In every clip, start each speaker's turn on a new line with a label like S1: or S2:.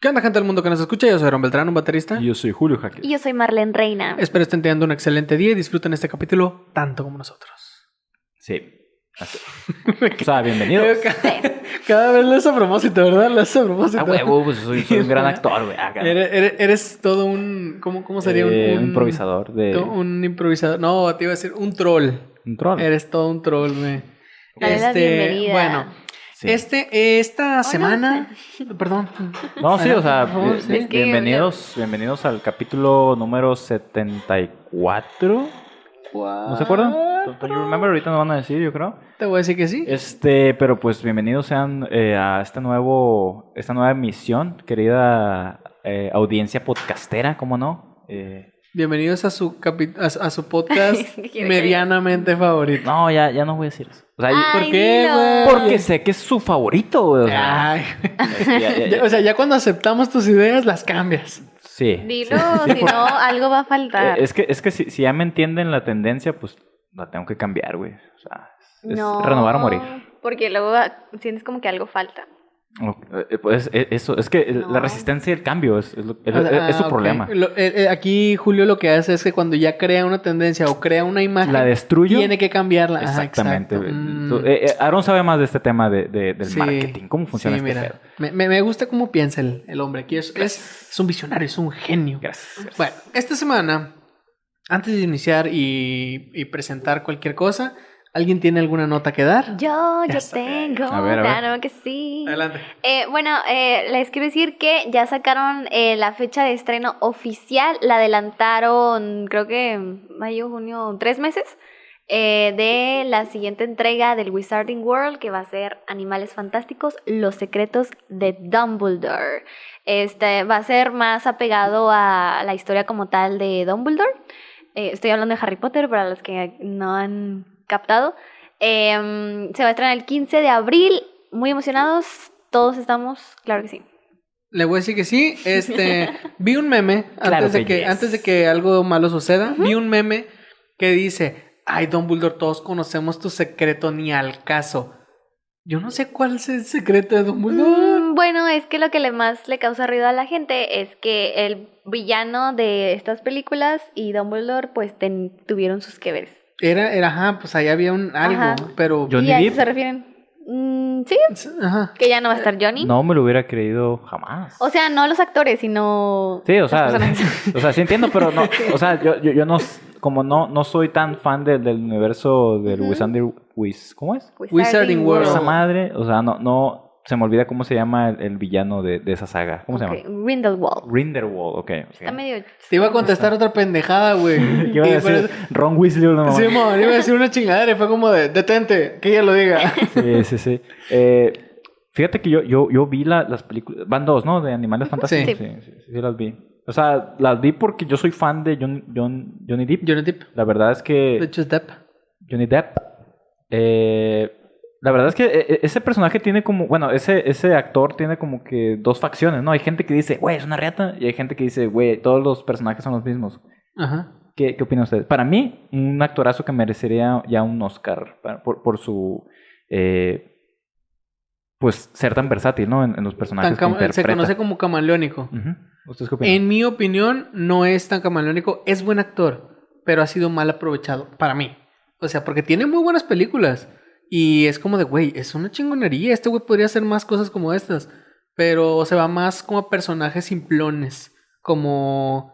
S1: ¿Qué onda, gente del mundo que nos escucha? Yo soy Aaron Beltrán, un baterista.
S2: Y yo soy Julio Jaque.
S3: Y yo soy Marlene Reina.
S1: Espero estén teniendo un excelente día y disfruten este capítulo tanto como nosotros.
S2: Sí. Así. o sea, bienvenidos.
S1: Cada, cada vez lo haces a propósito, ¿verdad? Lo haces a propósito.
S2: A huevo, pues soy, soy un gran actor, güey. Ah, cabrón.
S1: Eres, eres- eres todo un... ¿Cómo, cómo sería? un-
S2: Eh,
S1: un,
S2: improvisador de.
S1: to-
S2: Un,
S1: Un improvisador. No, te iba a decir un troll.
S2: troll.
S1: Eres todo un troll, güey. Este,
S3: Dale la bienvenida.
S1: Bueno,
S2: Sí.
S1: este, esta
S3: Hola.
S1: semana... Perdón.
S2: No, sí, o sea,
S1: Por favor,
S2: eh,
S1: sí.
S3: Es que,
S2: bienvenidos, bienvenidos al capítulo número 74. ¿No se acuerdan? Do you remember? Ahorita nos van a decir, yo creo.
S1: Te voy a decir que sí.
S2: Este, pero pues bienvenidos sean eh, a este nuevo, esta nueva emisión, querida eh, audiencia podcastera, ¿cómo no? Eh,
S1: Bienvenidos a su, capi- a, a su podcast
S3: Quiero que-
S1: medianamente favorito.
S2: no, ya, ya no voy a decir eso. O sea,
S3: Ay,
S1: ¿por qué,
S3: dilo.
S1: güey?
S2: porque sé que es su favorito, güey, o sea,
S1: Ay.
S2: es que ya- ya-
S1: Ya,
S2: ya-
S1: o sea, ya cuando aceptamos tus ideas, las cambias.
S2: sí.
S3: Dilo, si no, algo va a
S2: Eh,
S3: faltar.
S2: Es que, es que si, si ya me entienden la tendencia, pues la tengo que cambiar, güey. O sea, es- es
S3: No,
S2: renovar o morir.
S3: Porque luego ah, sientes como que algo falta.
S2: No, eh, Pues eh, eso, es que el-
S3: No.
S2: la resistencia y el cambio es, es, lo- es-
S1: O sea,
S2: es su
S1: ah, ok.
S2: problema.
S1: Lo- eh, eh, aquí Julio lo que hace es que cuando ya crea una tendencia o crea una imagen,
S2: La destruyo.
S1: tiene que cambiarla. Ajá,
S2: Exactamente.
S1: exacto.
S2: güey.
S1: Mm.
S2: Tú- eh, eh, Aaron sabe más de este tema de, de- del
S1: Sí.
S2: marketing. ¿Cómo funciona
S1: Sí,
S2: este
S1: mira.
S2: pedo?
S1: Me, me- me gusta cómo piensa el, el hombre aquí. Es, es, es un visionario, es un genio.
S2: Gracias. gracias.
S1: Bueno, esta semana, antes de iniciar y, y presentar cualquier cosa, ¿alguien tiene alguna nota que dar?
S3: Yo,
S1: Ya
S3: yo
S1: sé.
S3: tengo.
S2: A ver, a ver.
S3: Claro que sí.
S1: Adelante.
S3: Eh, bueno, eh, les quiero decir que ya sacaron eh, la fecha de estreno oficial, la adelantaron creo que mayo, junio, tres meses, eh, de la siguiente entrega del Wizarding World que va a ser Animales Fantásticos, Los Secretos de Dumbledore. Este va a ser más apegado a la historia como tal de Dumbledore. Eh, estoy hablando de Harry Potter para los que no han captado. Eh, se va a estrenar el 15 de abril. Muy emocionados. Todos estamos, claro que sí.
S1: Le voy a decir que sí. Este, vi un meme
S2: Claro
S1: antes de
S2: que
S1: que
S2: yes.
S1: antes de que algo malo suceda. Vi un meme que dice, "Ay, Don Dumbledore, todos conocemos tu secreto ni al caso." Yo no sé cuál es el secreto de Dumbledore.
S3: Mm, bueno, es que lo que le más le causa ruido a la gente es que el villano de estas películas y Dumbledore pues ten- tuvieron sus que veres.
S1: Era era ajá, pues ahí había un algo,
S3: Ajá.
S1: pero
S2: Yo- ¿Johnny
S3: ¿Y a
S2: Depp?
S3: eso se refieren? Mm, sí,
S1: ajá.
S3: que ya no va a estar Johnny.
S2: No me lo hubiera creído jamás.
S3: O sea, no los actores, sino...
S2: sí, o sea,
S3: las personas.
S2: o sea, sí entiendo, pero no. O sea, yo, yo, yo no, como no, no soy tan fan del- del universo del
S3: Ujú.
S2: Wisander Wis, ¿cómo es?
S3: Pues,
S1: Wizarding World.
S2: Esa madre, o sea, no, no, se me olvida cómo se llama el, el villano de, de esa saga. ¿Cómo
S3: Ok,
S2: se llama?
S3: Grindelwald.
S2: Grindelwald, ok. ok.
S3: Está medio...
S1: Te iba a contestar otra pendejada, güey.
S2: ¿Qué iba a
S1: Y por
S2: decir?
S1: eso-
S2: Ron Weasley, una mamá.
S1: Simón, iba a decir una chingadera y fue como de, "Detente, que ella lo diga."
S2: Sí, sí, sí. Eh, fíjate que yo, yo, yo vi la- las películas. Van dos, ¿no? De Animales Fantásticos. Sí. Sí, sí, sí las vi. O sea, las vi porque yo soy fan de John, John- Johnny Depp.
S1: Johnny Depp,
S2: La verdad es
S1: de
S2: que.
S1: hecho es Depp.
S2: Johnny Depp. eh, la verdad es que eh, eh, ese personaje tiene como. Bueno, ese, ese actor tiene como que dos facciones, ¿no? Hay gente que dice, güey, es una reata. Y hay gente que dice, güey, todos los personajes son los mismos.
S1: Ajá.
S2: ¿Qué, qué opinan ustedes? Para mí, un actorazo que merecería ya un Oscar pa- por, por su. eh, pues ser tan versátil, ¿no? En, en los
S1: Tan
S2: personajes que
S1: cama- se
S2: interpreta.
S1: conoce como camaleónico.
S2: Ujú. ¿Ustedes qué opinan?
S1: En mi opinión, no es tan camaleónico. Es buen actor, pero ha sido mal aprovechado para mí. O sea, porque tiene muy buenas películas. Y es como de, güey, es una chingonería. Este güey podría hacer más cosas como estas. Pero se va más como a personajes simplones. Como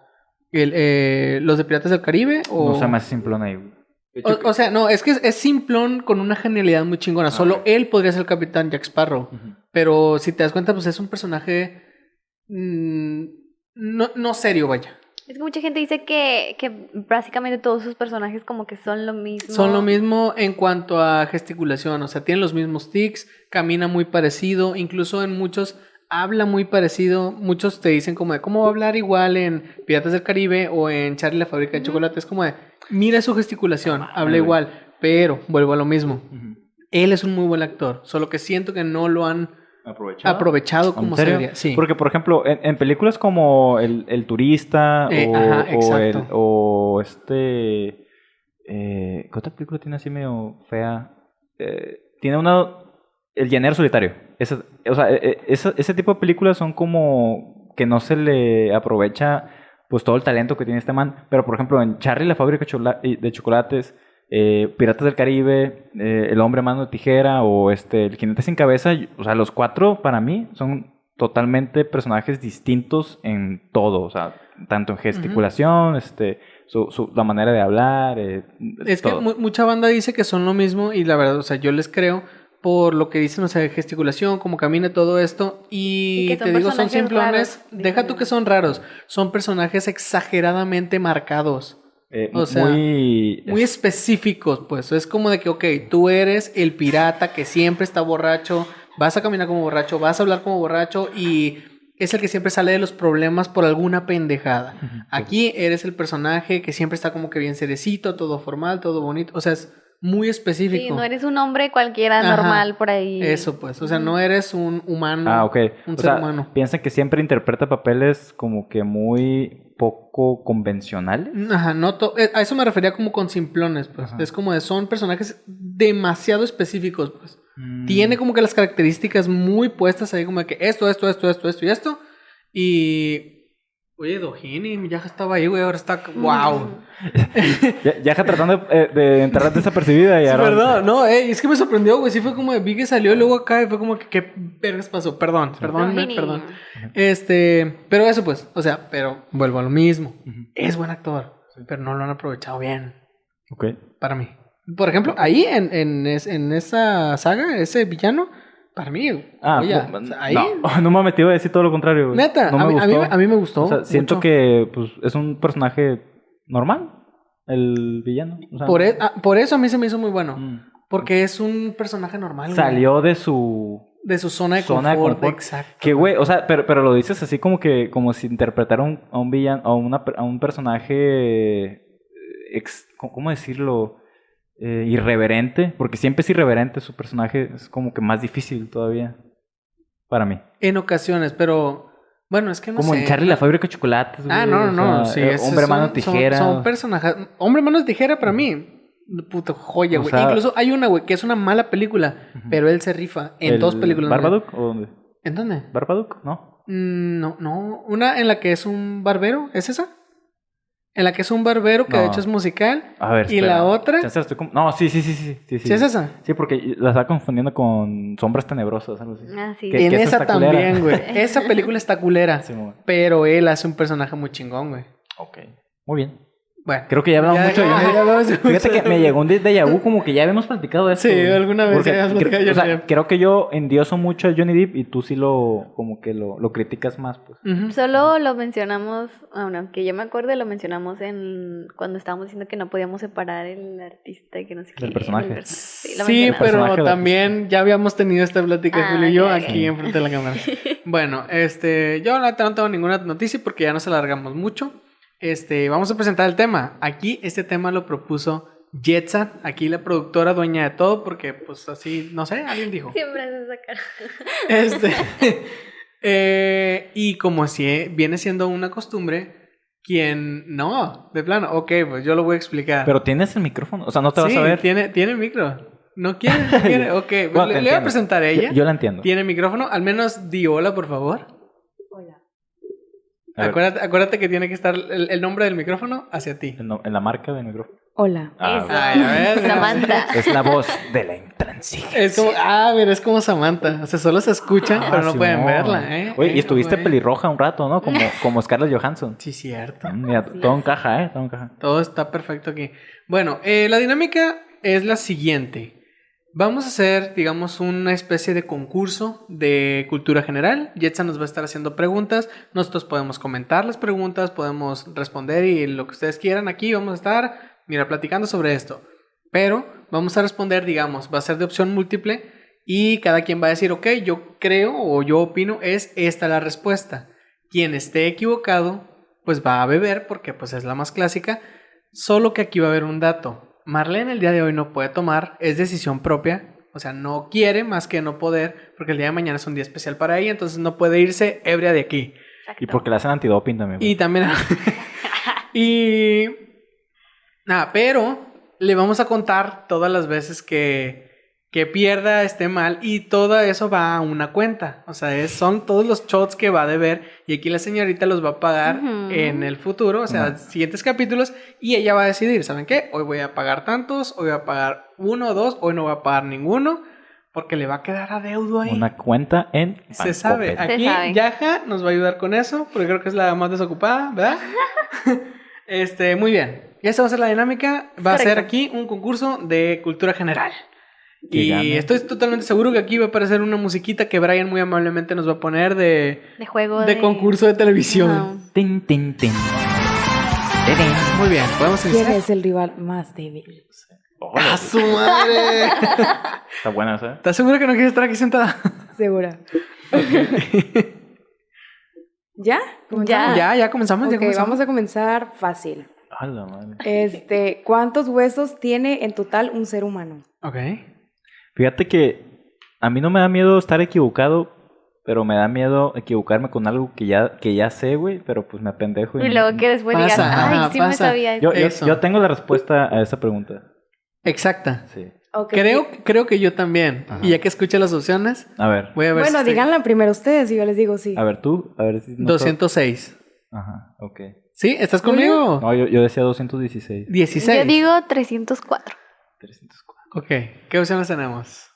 S1: el, eh, los de Piratas del Caribe. O...
S2: No se me hace simplón ahí. güey.
S1: O, o sea, no, es que es, es simplón con una genialidad muy chingona.
S2: Ah,
S1: Solo
S2: ok.
S1: él podría ser el capitán Jack Sparrow.
S2: Ujú.
S1: Pero si te das cuenta, pues es un personaje. mm, no, no serio, vaya.
S3: Es que mucha gente dice que, que básicamente todos sus personajes como que son lo mismo.
S1: Son lo mismo en cuanto a gesticulación, o sea, tienen los mismos tics, camina muy parecido, incluso en muchos habla muy parecido, muchos te dicen como de cómo va a hablar igual en Piratas del Caribe o en Charlie la fábrica de
S3: Ujú.
S1: chocolate, es como de mira su gesticulación, habla
S2: güey.
S1: igual, pero vuelvo a lo mismo.
S2: Ujú.
S1: Él es un muy buen actor, solo que siento que no lo han
S2: Aprovechado.
S1: aprovechado
S2: ¿En
S1: como se
S2: serio?
S1: debería. Sí.
S2: Porque, por ejemplo, en, en películas como El, El Turista
S1: Eh,
S2: o,
S1: ajá,
S2: o el-
S1: exacto.
S2: o este. Eh, ¿Qué otra película tiene así medio fea? Eh, tiene e, una. El Llanero Solitario. Esa- o sea, eh, eh, esa- ese tipo de películas son como. que no se le aprovecha pues todo el talento que tiene este man. Pero por ejemplo, en Charlie la fábrica chocola- y- de chocolates, eh, Piratas del Caribe, eh, El hombre mano de tijera o este El jinete sin cabeza, y- o sea, los cuatro para mí son totalmente personajes distintos en todo, o sea, tanto en gesticulación, este, su, su- la manera de hablar, eh,
S1: Es que
S2: todo.
S1: mu- mucha banda dice que son lo mismo y la verdad, o sea, yo les creo por lo que dicen, o sea, gesticulación, cómo camina todo esto y,
S3: Y que son
S1: te digo, son
S3: personajes
S1: simplones,
S3: raros,
S1: deja tú que son raros, son personajes exageradamente marcados,
S2: Eh,
S1: o sea,
S2: muy,
S1: muy específicos, pues, es como de que, ok, tú eres el pirata que siempre está borracho, vas a caminar como borracho, vas a hablar como borracho y es el que siempre sale de los problemas por alguna pendejada. Aquí eres el personaje que siempre está como que bien cerecito, todo formal, todo bonito. O sea, es muy específico.
S3: Sí, no eres un hombre cualquiera
S1: Ajá.
S3: normal por ahí.
S1: Eso, pues. O sea, no eres un humano.
S2: Ah, ok.
S1: Un
S2: o
S1: ser
S2: sea,
S1: humano.
S2: piensan que siempre interpreta papeles como que muy poco convencionales.
S1: Ajá, no to- eh, a eso me refería como con simplones, pues.
S2: Ajá.
S1: Es como de son personajes demasiado específicos, pues.
S2: Mm.
S1: Tiene como que las características muy puestas ahí, como de que esto, esto, esto, esto, esto y esto. Y. Oye, Dojini, ya estaba ahí, güey, ahora está. ¡Wow!
S2: Ya, ya está tratando de, eh, de entrar desapercibida y
S1: Sí,
S2: ahora-
S1: verdad, no, ey, es que me sorprendió, güey. Sí fue como de vi que salió y luego acá y fue como que qué vergas pasó. Perdón, perdón,
S3: Rohini.
S1: perdón. Este, pero eso pues, o sea, pero vuelvo a lo mismo.
S2: Ujú.
S1: Es buen actor, pero no lo han aprovechado bien
S2: Ok.
S1: para mí. Por ejemplo, ahí en, en, es- en esa saga, ese villano, para mí,
S2: Ah,
S1: joya.
S2: pues,
S1: O sea, ahí,
S2: no, no mames, te iba a decir todo lo contrario. güey.
S1: neta,
S2: no
S1: a, mí, a, mí,
S2: gustó.
S1: a mí me gustó.
S2: O sea, siento
S1: mucho.
S2: que pues, es un personaje normal, el villano. o sea,
S1: Por, e- ah, por eso a mí se me hizo muy bueno.
S2: mm.
S1: Porque es un personaje normal. güey.
S2: Salió de su
S1: de su zona de
S2: Zona de
S1: confort.
S2: confort.
S1: Exacto.
S2: Que güey, o sea, pero, pero lo dices así como que como si interpretara un- a un villano, a, una per- a un personaje eh, ex- ¿cómo- ¿cómo decirlo? Eh, irreverente, porque siempre es irreverente su personaje, es como que más difícil todavía para mí.
S1: En ocasiones, pero bueno, es que no
S2: como
S1: sé.
S2: en Charlie la fábrica de chocolates,
S1: Ah,
S2: güey,
S1: no,
S2: o
S1: no,
S2: sea,
S1: sí.
S2: eh,
S1: esos
S2: hombre
S1: son-
S2: mano tijera. Mm.
S1: Son, son personajes. Hombre mano tijera para mí. Puta joya,
S2: O
S1: güey.
S2: sea-
S1: Incluso hay una, güey, que es una mala película,
S2: Ujú.
S1: pero él se rifa en
S2: El
S1: dos películas.
S2: ¿Barbadook o dónde?
S1: ¿En dónde?
S2: ¿Barbadook? No.
S1: Mm, No, no. Una en la que es un barbero, ¿es esa? En la que es un barbero que de
S2: No.
S1: hecho es musical.
S2: A ver,
S1: ¿Y la otra?
S2: Chance la estoy con- No, sí, sí, sí, sí, sí,
S1: ¿Sí es esa?
S2: Sí, porque la estaba confundiendo con Sombras Tenebrosas, algo así.
S3: Ah, sí.
S2: Que-
S1: en
S2: esa
S1: esa
S2: está culera.
S1: también, güey. Esa película está culera.
S2: Simón.
S1: Pero él hace un personaje muy chingón, güey.
S2: Ok. Muy bien.
S1: Bueno.
S2: Creo que ya hablamos
S1: Ya-
S2: mucho. de
S1: ya- ya hablamos
S2: Fíjate que
S1: mucho.
S2: me llegó un déjà vu como que ya habíamos platicado de esto.
S1: Sí,
S2: güey.
S1: alguna vez
S2: Porque
S1: ya habíamos
S2: creo-
S1: platicado de
S2: o sea,
S1: Johnny Depp.
S2: Creo que yo endioso mucho a Johnny Depp y tú sí lo, como que lo, lo criticas más, pues.
S1: Ujú.
S3: Solo lo mencionamos, ah, bueno, que yo me acuerdo, lo mencionamos en cuando estábamos diciendo que no podíamos separar el artista y que no sé qué.
S2: Del personaje.
S3: el perso- Sí, lo
S1: Sí,
S3: mencionamos.
S1: pero
S2: Personaje de
S1: también ya habíamos tenido esta plática,
S3: Ah,
S1: Julio y yo,
S3: ok, ok.
S1: aquí enfrente de la cámara. Bueno, este, yo no tengo ninguna noticia porque ya nos alargamos mucho. Este, vamos a presentar el tema. Aquí este tema lo propuso Jetsa, aquí la productora dueña de todo, porque pues así, no sé, alguien dijo.
S3: Siempre hace esa cara.
S1: Este, eh, y como si viene siendo una costumbre, quien no, de plano, ok, pues yo lo voy a explicar.
S2: Pero tienes el micrófono, o sea, no te vas
S1: sí,
S2: a ver.
S1: tiene, tiene micro. No quiere, no quiere. Ok,
S2: Bueno,
S1: le, le voy
S2: te
S1: a
S2: entiendo.
S1: presentar a ella.
S2: Yo, yo la entiendo.
S1: Tiene micrófono. Al menos di hola, por favor.
S3: Hola.
S2: A ver,
S1: Acuérdate, acuérdate que tiene que estar el, el nombre del micrófono hacia ti.
S2: en, la- en la marca del micrófono.
S4: Hola.
S2: Ah,
S3: Eso.
S1: Ay, a ver.
S3: Samantha.
S2: Es la voz de la intransigencia.
S1: Es como, ah, mira, es como Samantha. O sea, solo se escucha, pero no
S2: Simón.
S1: pueden verla, ¿eh?
S2: Ah, Oye, y
S1: Eh,
S2: estuviste
S1: güey.
S2: pelirroja un rato, ¿no? Como, como Scarlett Johansson.
S1: Sí, cierto.
S2: Mira, todo encaja, ¿eh? Todo encaja.
S1: Todo está perfecto aquí. Bueno, eh, la dinámica es la siguiente. Vamos a hacer, digamos, una especie de concurso de cultura general. Jetsa nos va a estar haciendo preguntas. Nosotros podemos comentar las preguntas, podemos responder y lo que ustedes quieran. Aquí vamos a estar, mira, platicando sobre esto. Pero vamos a responder, digamos, va a ser de opción múltiple y cada quien va a decir, ok, yo creo o yo opino, es esta la respuesta. Quien esté equivocado, pues va a beber porque pues es la más clásica. Solo que aquí va a haber un dato. Marlene el día de hoy no puede tomar, es decisión propia. O sea, no quiere más que no poder, porque el día de mañana es un día especial para ella, entonces no puede irse ebria de aquí.
S2: Y porque la hacen antidoping también. pues. güey.
S1: Y también. y. Nada, pero le vamos a contar todas las veces que que pierda, esté mal, y todo eso va a una cuenta. O sea, es- son todos los shots que va a deber, y aquí la señorita los va a pagar
S3: Ujú.
S1: en el futuro, o sea,
S2: Ujú.
S1: siguientes capítulos, y ella va a decidir, ¿saben qué? Hoy voy a pagar tantos, hoy voy a pagar uno o dos, hoy no voy a pagar ninguno, porque le va a quedar adeudo ahí.
S2: Una cuenta en
S1: Se sabe.
S2: Bancoppel.
S1: Aquí
S3: Se sabe.
S1: Yaja nos va a ayudar con eso, porque creo que es la más desocupada, ¿verdad? este, muy bien. Y esa va a ser la dinámica. Va a ser
S3: Correcto.
S1: aquí un concurso de cultura general.
S2: Que
S1: y
S2: gane.
S1: estoy totalmente seguro que aquí va a aparecer una musiquita que Brian muy amablemente nos va a poner de,
S3: De juego.
S1: de concurso de televisión.
S3: Ajá.
S2: Tin, tin, tin. Tin,
S1: Muy bien, podemos
S4: ¿Quién
S1: iniciar.
S4: es el rival más débil?
S1: ¡A
S2: Ah,
S1: su madre!
S2: tin. Está buena esa. ¿eh?
S1: ¿Estás segura que no quieres estar aquí sentada?
S4: Segura. ¿Ya?
S3: Ah.
S1: Ya, ya comenzamos.
S4: Ok,
S1: ya comenzamos.
S4: vamos a comenzar fácil.
S2: A la madre.
S4: Este, ¿cuántos huesos tiene en total un ser humano?
S1: Ok.
S2: Fíjate que a mí no me da miedo estar equivocado, pero me da miedo equivocarme con algo que ya, que ya sé, güey, pero pues me apendejo.
S3: Y luego que después digas,
S1: Pasa,
S3: ay,
S1: ajá,
S3: sí me
S1: pasa.
S3: sabía
S2: yo,
S3: eso.
S2: yo,
S1: Eso.
S2: yo tengo la respuesta a esa pregunta.
S1: Exacta.
S2: Sí.
S4: Ok.
S1: Creo, creo que yo también.
S2: Ajá.
S1: Y ya que escuché las opciones,
S2: A ver.
S1: voy a ver si
S4: Bueno,
S1: estoy-
S4: díganla primero ustedes y yo les digo sí.
S2: A ver tú. A ver si... no-
S1: 206.
S2: Ajá, ok.
S1: ¿Sí? ¿Estás conmigo?
S4: Julio.
S2: No, yo, yo decía 216.
S1: 16.
S3: Yo digo 304.
S1: Ah,
S2: 304.
S1: Ok, ¿qué opciones tenemos?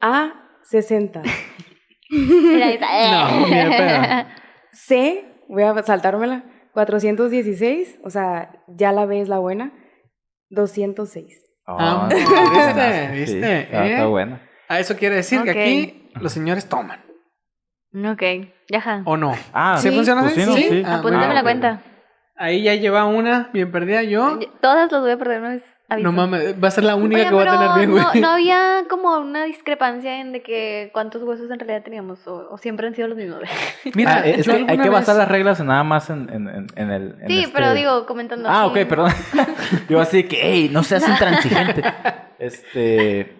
S4: A, 60.
S3: Era esa.
S1: No, ni de pedo.
S4: C, voy a saltármela, 416, o sea, ya la ves la buena, 206.
S1: Ah,
S2: no,
S1: ¿viste?
S2: no, no, no,
S1: ¿Viste?
S2: sí, Está,
S1: ¿Eh?
S2: está buena.
S1: Ah, eso quiere decir
S3: Ok.
S1: que aquí los señores toman,
S3: Ok, ya.
S1: ¿o no?
S2: Ah,
S1: ¿Sí,
S4: Sí,
S1: funciona
S2: pues
S1: así?
S2: sí, no, sí.
S1: Ah, muy
S3: Apúntame
S1: bien.
S3: la
S2: ok.
S3: cuenta.
S1: Ahí ya lleva una bien perdida yo.
S3: Yo- Todas las voy a perder, no es aviso.
S1: No mames, va a ser la única
S3: Oye,
S1: que voy a
S3: pero
S1: tener bien, güey.
S3: no, no había como una discrepancia en de que cuántos huesos en realidad teníamos, o, o siempre han sido los mismos.
S1: Mira,
S2: Ah, es
S1: yo
S2: que hay
S1: alguna
S2: que basar
S1: vez-
S2: las reglas nada más en, en, en, en el. en
S3: sí,
S2: este-
S3: pero digo, comentando.
S2: Ah,
S3: así.
S2: ok, perdón. Yo así que, hey, no seas intransigente. Este.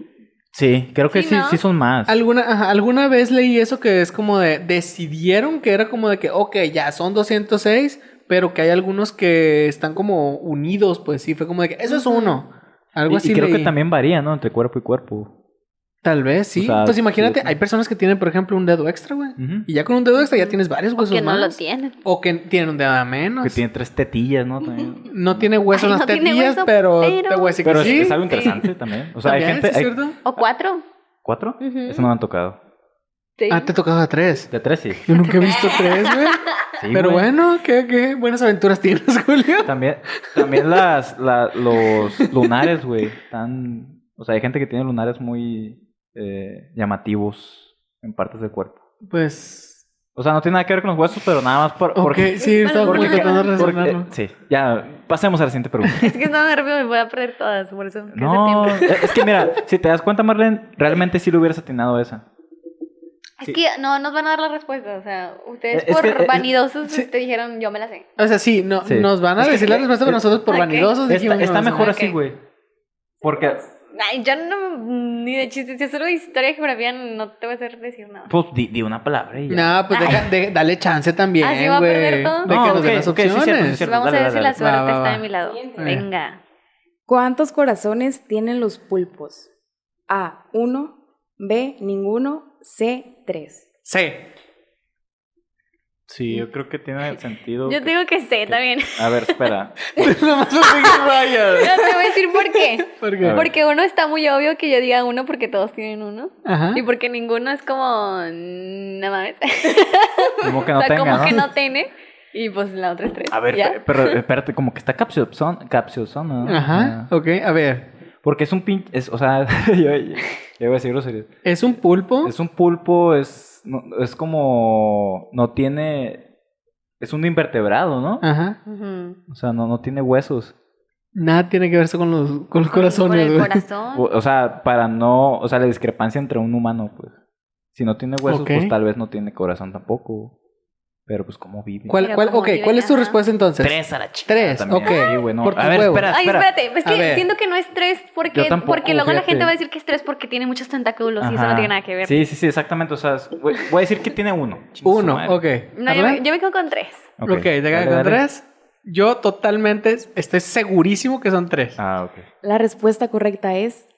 S2: Sí, creo que sí,
S3: Sí,
S2: sí,
S3: ¿no?
S2: son más.
S1: Alguna, ajá, alguna vez leí eso que es como de, decidieron que era como de que, ok, ya son 206, pero que hay algunos que están como unidos, pues sí, fue como de que, eso es uno. Algo
S2: Y, y
S1: así.
S2: creo que
S1: leí.
S2: también varía, ¿no? Entre cuerpo y cuerpo.
S1: Tal vez, sí.
S2: O sea,
S1: pues imagínate,
S2: sí.
S1: hay personas que tienen, por ejemplo, un dedo extra, güey.
S2: Ujú.
S1: Y ya con un dedo extra ya tienes varios huesos
S3: Que no lo
S1: más.
S3: tienen.
S1: o que tienen un dedo menos.
S2: Que tiene tres tetillas, ¿no? También.
S1: No tiene hueso en
S3: Ay,
S1: las
S3: no tiene
S1: tetillas,
S3: hueso,
S1: pero,
S3: pero-
S1: te voy a decir
S2: Pero
S1: que
S2: es,
S1: sí.
S2: es algo interesante también. O sea, hay
S1: También,
S2: gente.
S1: ¿sí
S2: hay-
S1: ¿Es cierto?
S3: O cuatro.
S2: ¿Cuatro?
S3: Ujú.
S2: Eso no me han tocado.
S3: Sí.
S1: Ah, te tocaba tres.
S2: De tres, sí.
S1: Yo nunca he visto tres, güey.
S2: Sí,
S1: pero
S2: güey.
S1: bueno, ¿qué, qué buenas aventuras tienes, Julio.
S2: También, también las, la- los lunares, güey, están... O sea, hay gente que tiene lunares muy eh, llamativos en partes del cuerpo.
S1: Pues.
S2: O sea, no tiene nada que ver con los huesos, pero nada más por,
S1: Ok,
S2: porque...
S1: sí, estaba
S3: Porque-
S1: porque, tratando de
S2: porque-
S1: relacionarlo.
S2: sí, ya, pasemos a la siguiente pregunta.
S3: Es que estaba nervioso, me voy a perder todas, por eso. que
S2: No, eh,
S3: septiembre.
S2: es es que mira, si te das cuenta, Marlene, realmente sí le hubieras atinado esa.
S3: Es
S2: sí.
S3: que no nos van a dar la respuesta, o sea, ustedes
S2: Es- es
S3: por
S2: que- es-
S3: vanidosos
S1: eh, sí.
S3: te dijeron, yo me la sé.
S1: O sea, sí, no,
S2: Sí.
S1: nos van a
S2: Es que-
S1: decir la respuesta, pero
S2: es-
S1: nosotros por
S3: eh, Ok.
S1: vanidosos
S2: Está,
S1: dijimos.
S2: está
S1: Pues no,
S2: mejor
S1: no.
S2: así,
S3: Ok.
S2: güey. Porque,
S3: Ay, yo no, ni de chiste, si es solo historia y geografía, no te voy a hacer decir nada.
S2: pues, di, di una palabra y ya.
S1: No, pues deja- de- dale chance también, güey.
S3: Así Ah, va a perder todo.
S1: De
S2: No,
S1: que nos
S2: ok,
S1: den las
S2: ok, sí, cierto, sí,
S1: opciones.
S2: cierto.
S3: Vamos
S2: dale,
S3: a ver si
S2: dale,
S3: la
S1: dale.
S3: suerte
S1: Va, va,
S3: está
S1: va.
S3: de mi lado.
S4: Siguiente.
S3: Venga.
S4: ¿Cuántos corazones tienen los pulpos? A, 1, B, ninguno, C, 3.
S1: Sí.
S2: Sí, yo creo que tiene sentido.
S3: Yo
S2: que-
S3: digo que sé
S2: que-
S3: también.
S2: A ver, espera.
S1: Nomás lo sigue Ryan.
S3: Yo te voy a decir por qué.
S1: ¿Por
S2: A
S1: qué?
S2: ver.
S3: Porque uno está muy obvio que yo diga uno porque todos tienen uno.
S2: ¿Ah?
S1: Ajá.
S3: Y porque ninguno es como. mm, No mames.
S2: Como que no
S3: o sea,
S2: tenga,
S3: como
S2: ¿no?
S3: que no tiene. Y pues la otra es tres.
S2: A ver,
S3: ¿Ya?
S2: pe- pero espérate, como que está capsiozón, capsiozón, ¿no?
S1: Ajá.
S2: Ah,
S1: Ok, a ver.
S2: Porque es un pin... Es, o sea, yo, yo- yo iba a decir groserías.
S1: Es un pulpo.
S2: Es un pulpo, es, no- es como... No tiene... Es un invertebrado, ¿no?
S1: Ajá.
S3: Ujú.
S2: O sea, no, no tiene huesos.
S1: Nada tiene que ver eso con los, con los
S3: Por
S1: corazones,
S3: el
S1: güey.
S3: corazón.
S2: O, o sea, para no... O sea, la discrepancia entre un humano, pues. Si no tiene huesos,
S1: Ok.
S2: pues tal vez no tiene corazón tampoco. Pero pues, ¿cómo vive?
S1: ¿Cuál,
S3: Pero
S1: cuál,
S3: como
S1: ok,
S3: vive,
S1: ¿cuál es tu
S3: ajá.
S1: respuesta entonces?
S2: Tres a la chica.
S1: Tres, ok.
S2: Sí, güey, no.
S1: Por tus
S2: A ver,
S1: huevos.
S2: espera,
S3: Ay,
S2: espera.
S3: espérate, es
S1: A ver.
S3: que siento que no es tres porque,
S2: Yo tampoco,
S3: porque luego la
S2: fíjate.
S3: gente va a decir que es tres porque tiene muchos tentáculos y eso
S2: Ajá.
S3: no tiene nada que ver.
S2: Sí, sí, sí, exactamente. O sea, es- voy, voy a decir que tiene uno. Chingue su
S1: Uno,
S2: madre.
S1: ok.
S3: No, yo,
S1: ¿Arlan?
S3: me, yo me quedo con tres.
S1: Ok, te quedas
S2: Dale,
S1: con
S2: dale.
S1: tres. Yo totalmente estoy segurísimo que son tres.
S2: Ah, ok.
S4: La respuesta correcta es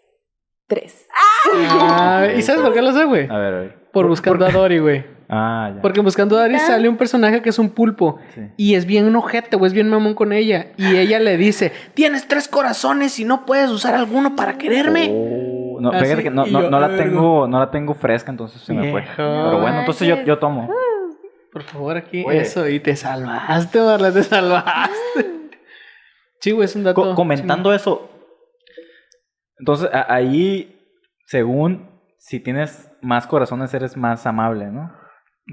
S4: 3.
S1: Ah, ¿Y sabes por qué lo sé, güey?
S2: A ver, a ver.
S1: Por buscando a Dory, güey.
S2: Ah, ya.
S1: Porque en buscando a Dory sale un personaje que es un pulpo.
S2: Sí.
S1: Y es bien ojete, güey, es bien mamón con ella. Y ella le dice, tienes tres corazones y no puedes usar alguno para quererme.
S2: Oh, no,
S1: Ah,
S2: fíjate
S1: sí,
S2: que no,
S1: y
S2: no,
S1: yo,
S2: no la
S1: ay,
S2: tengo, no la tengo fresca, entonces se me fue.
S1: Viejo.
S2: Pero bueno, entonces yo, yo tomo.
S1: Por favor, aquí
S2: Oh. Oye.
S1: eso. Y te salvaste, Marla, te salvaste. Sí, güey, es un dato.
S2: Co- comentando eso. Entonces, a- ahí, según, si tienes más corazones, eres más amable, ¿no?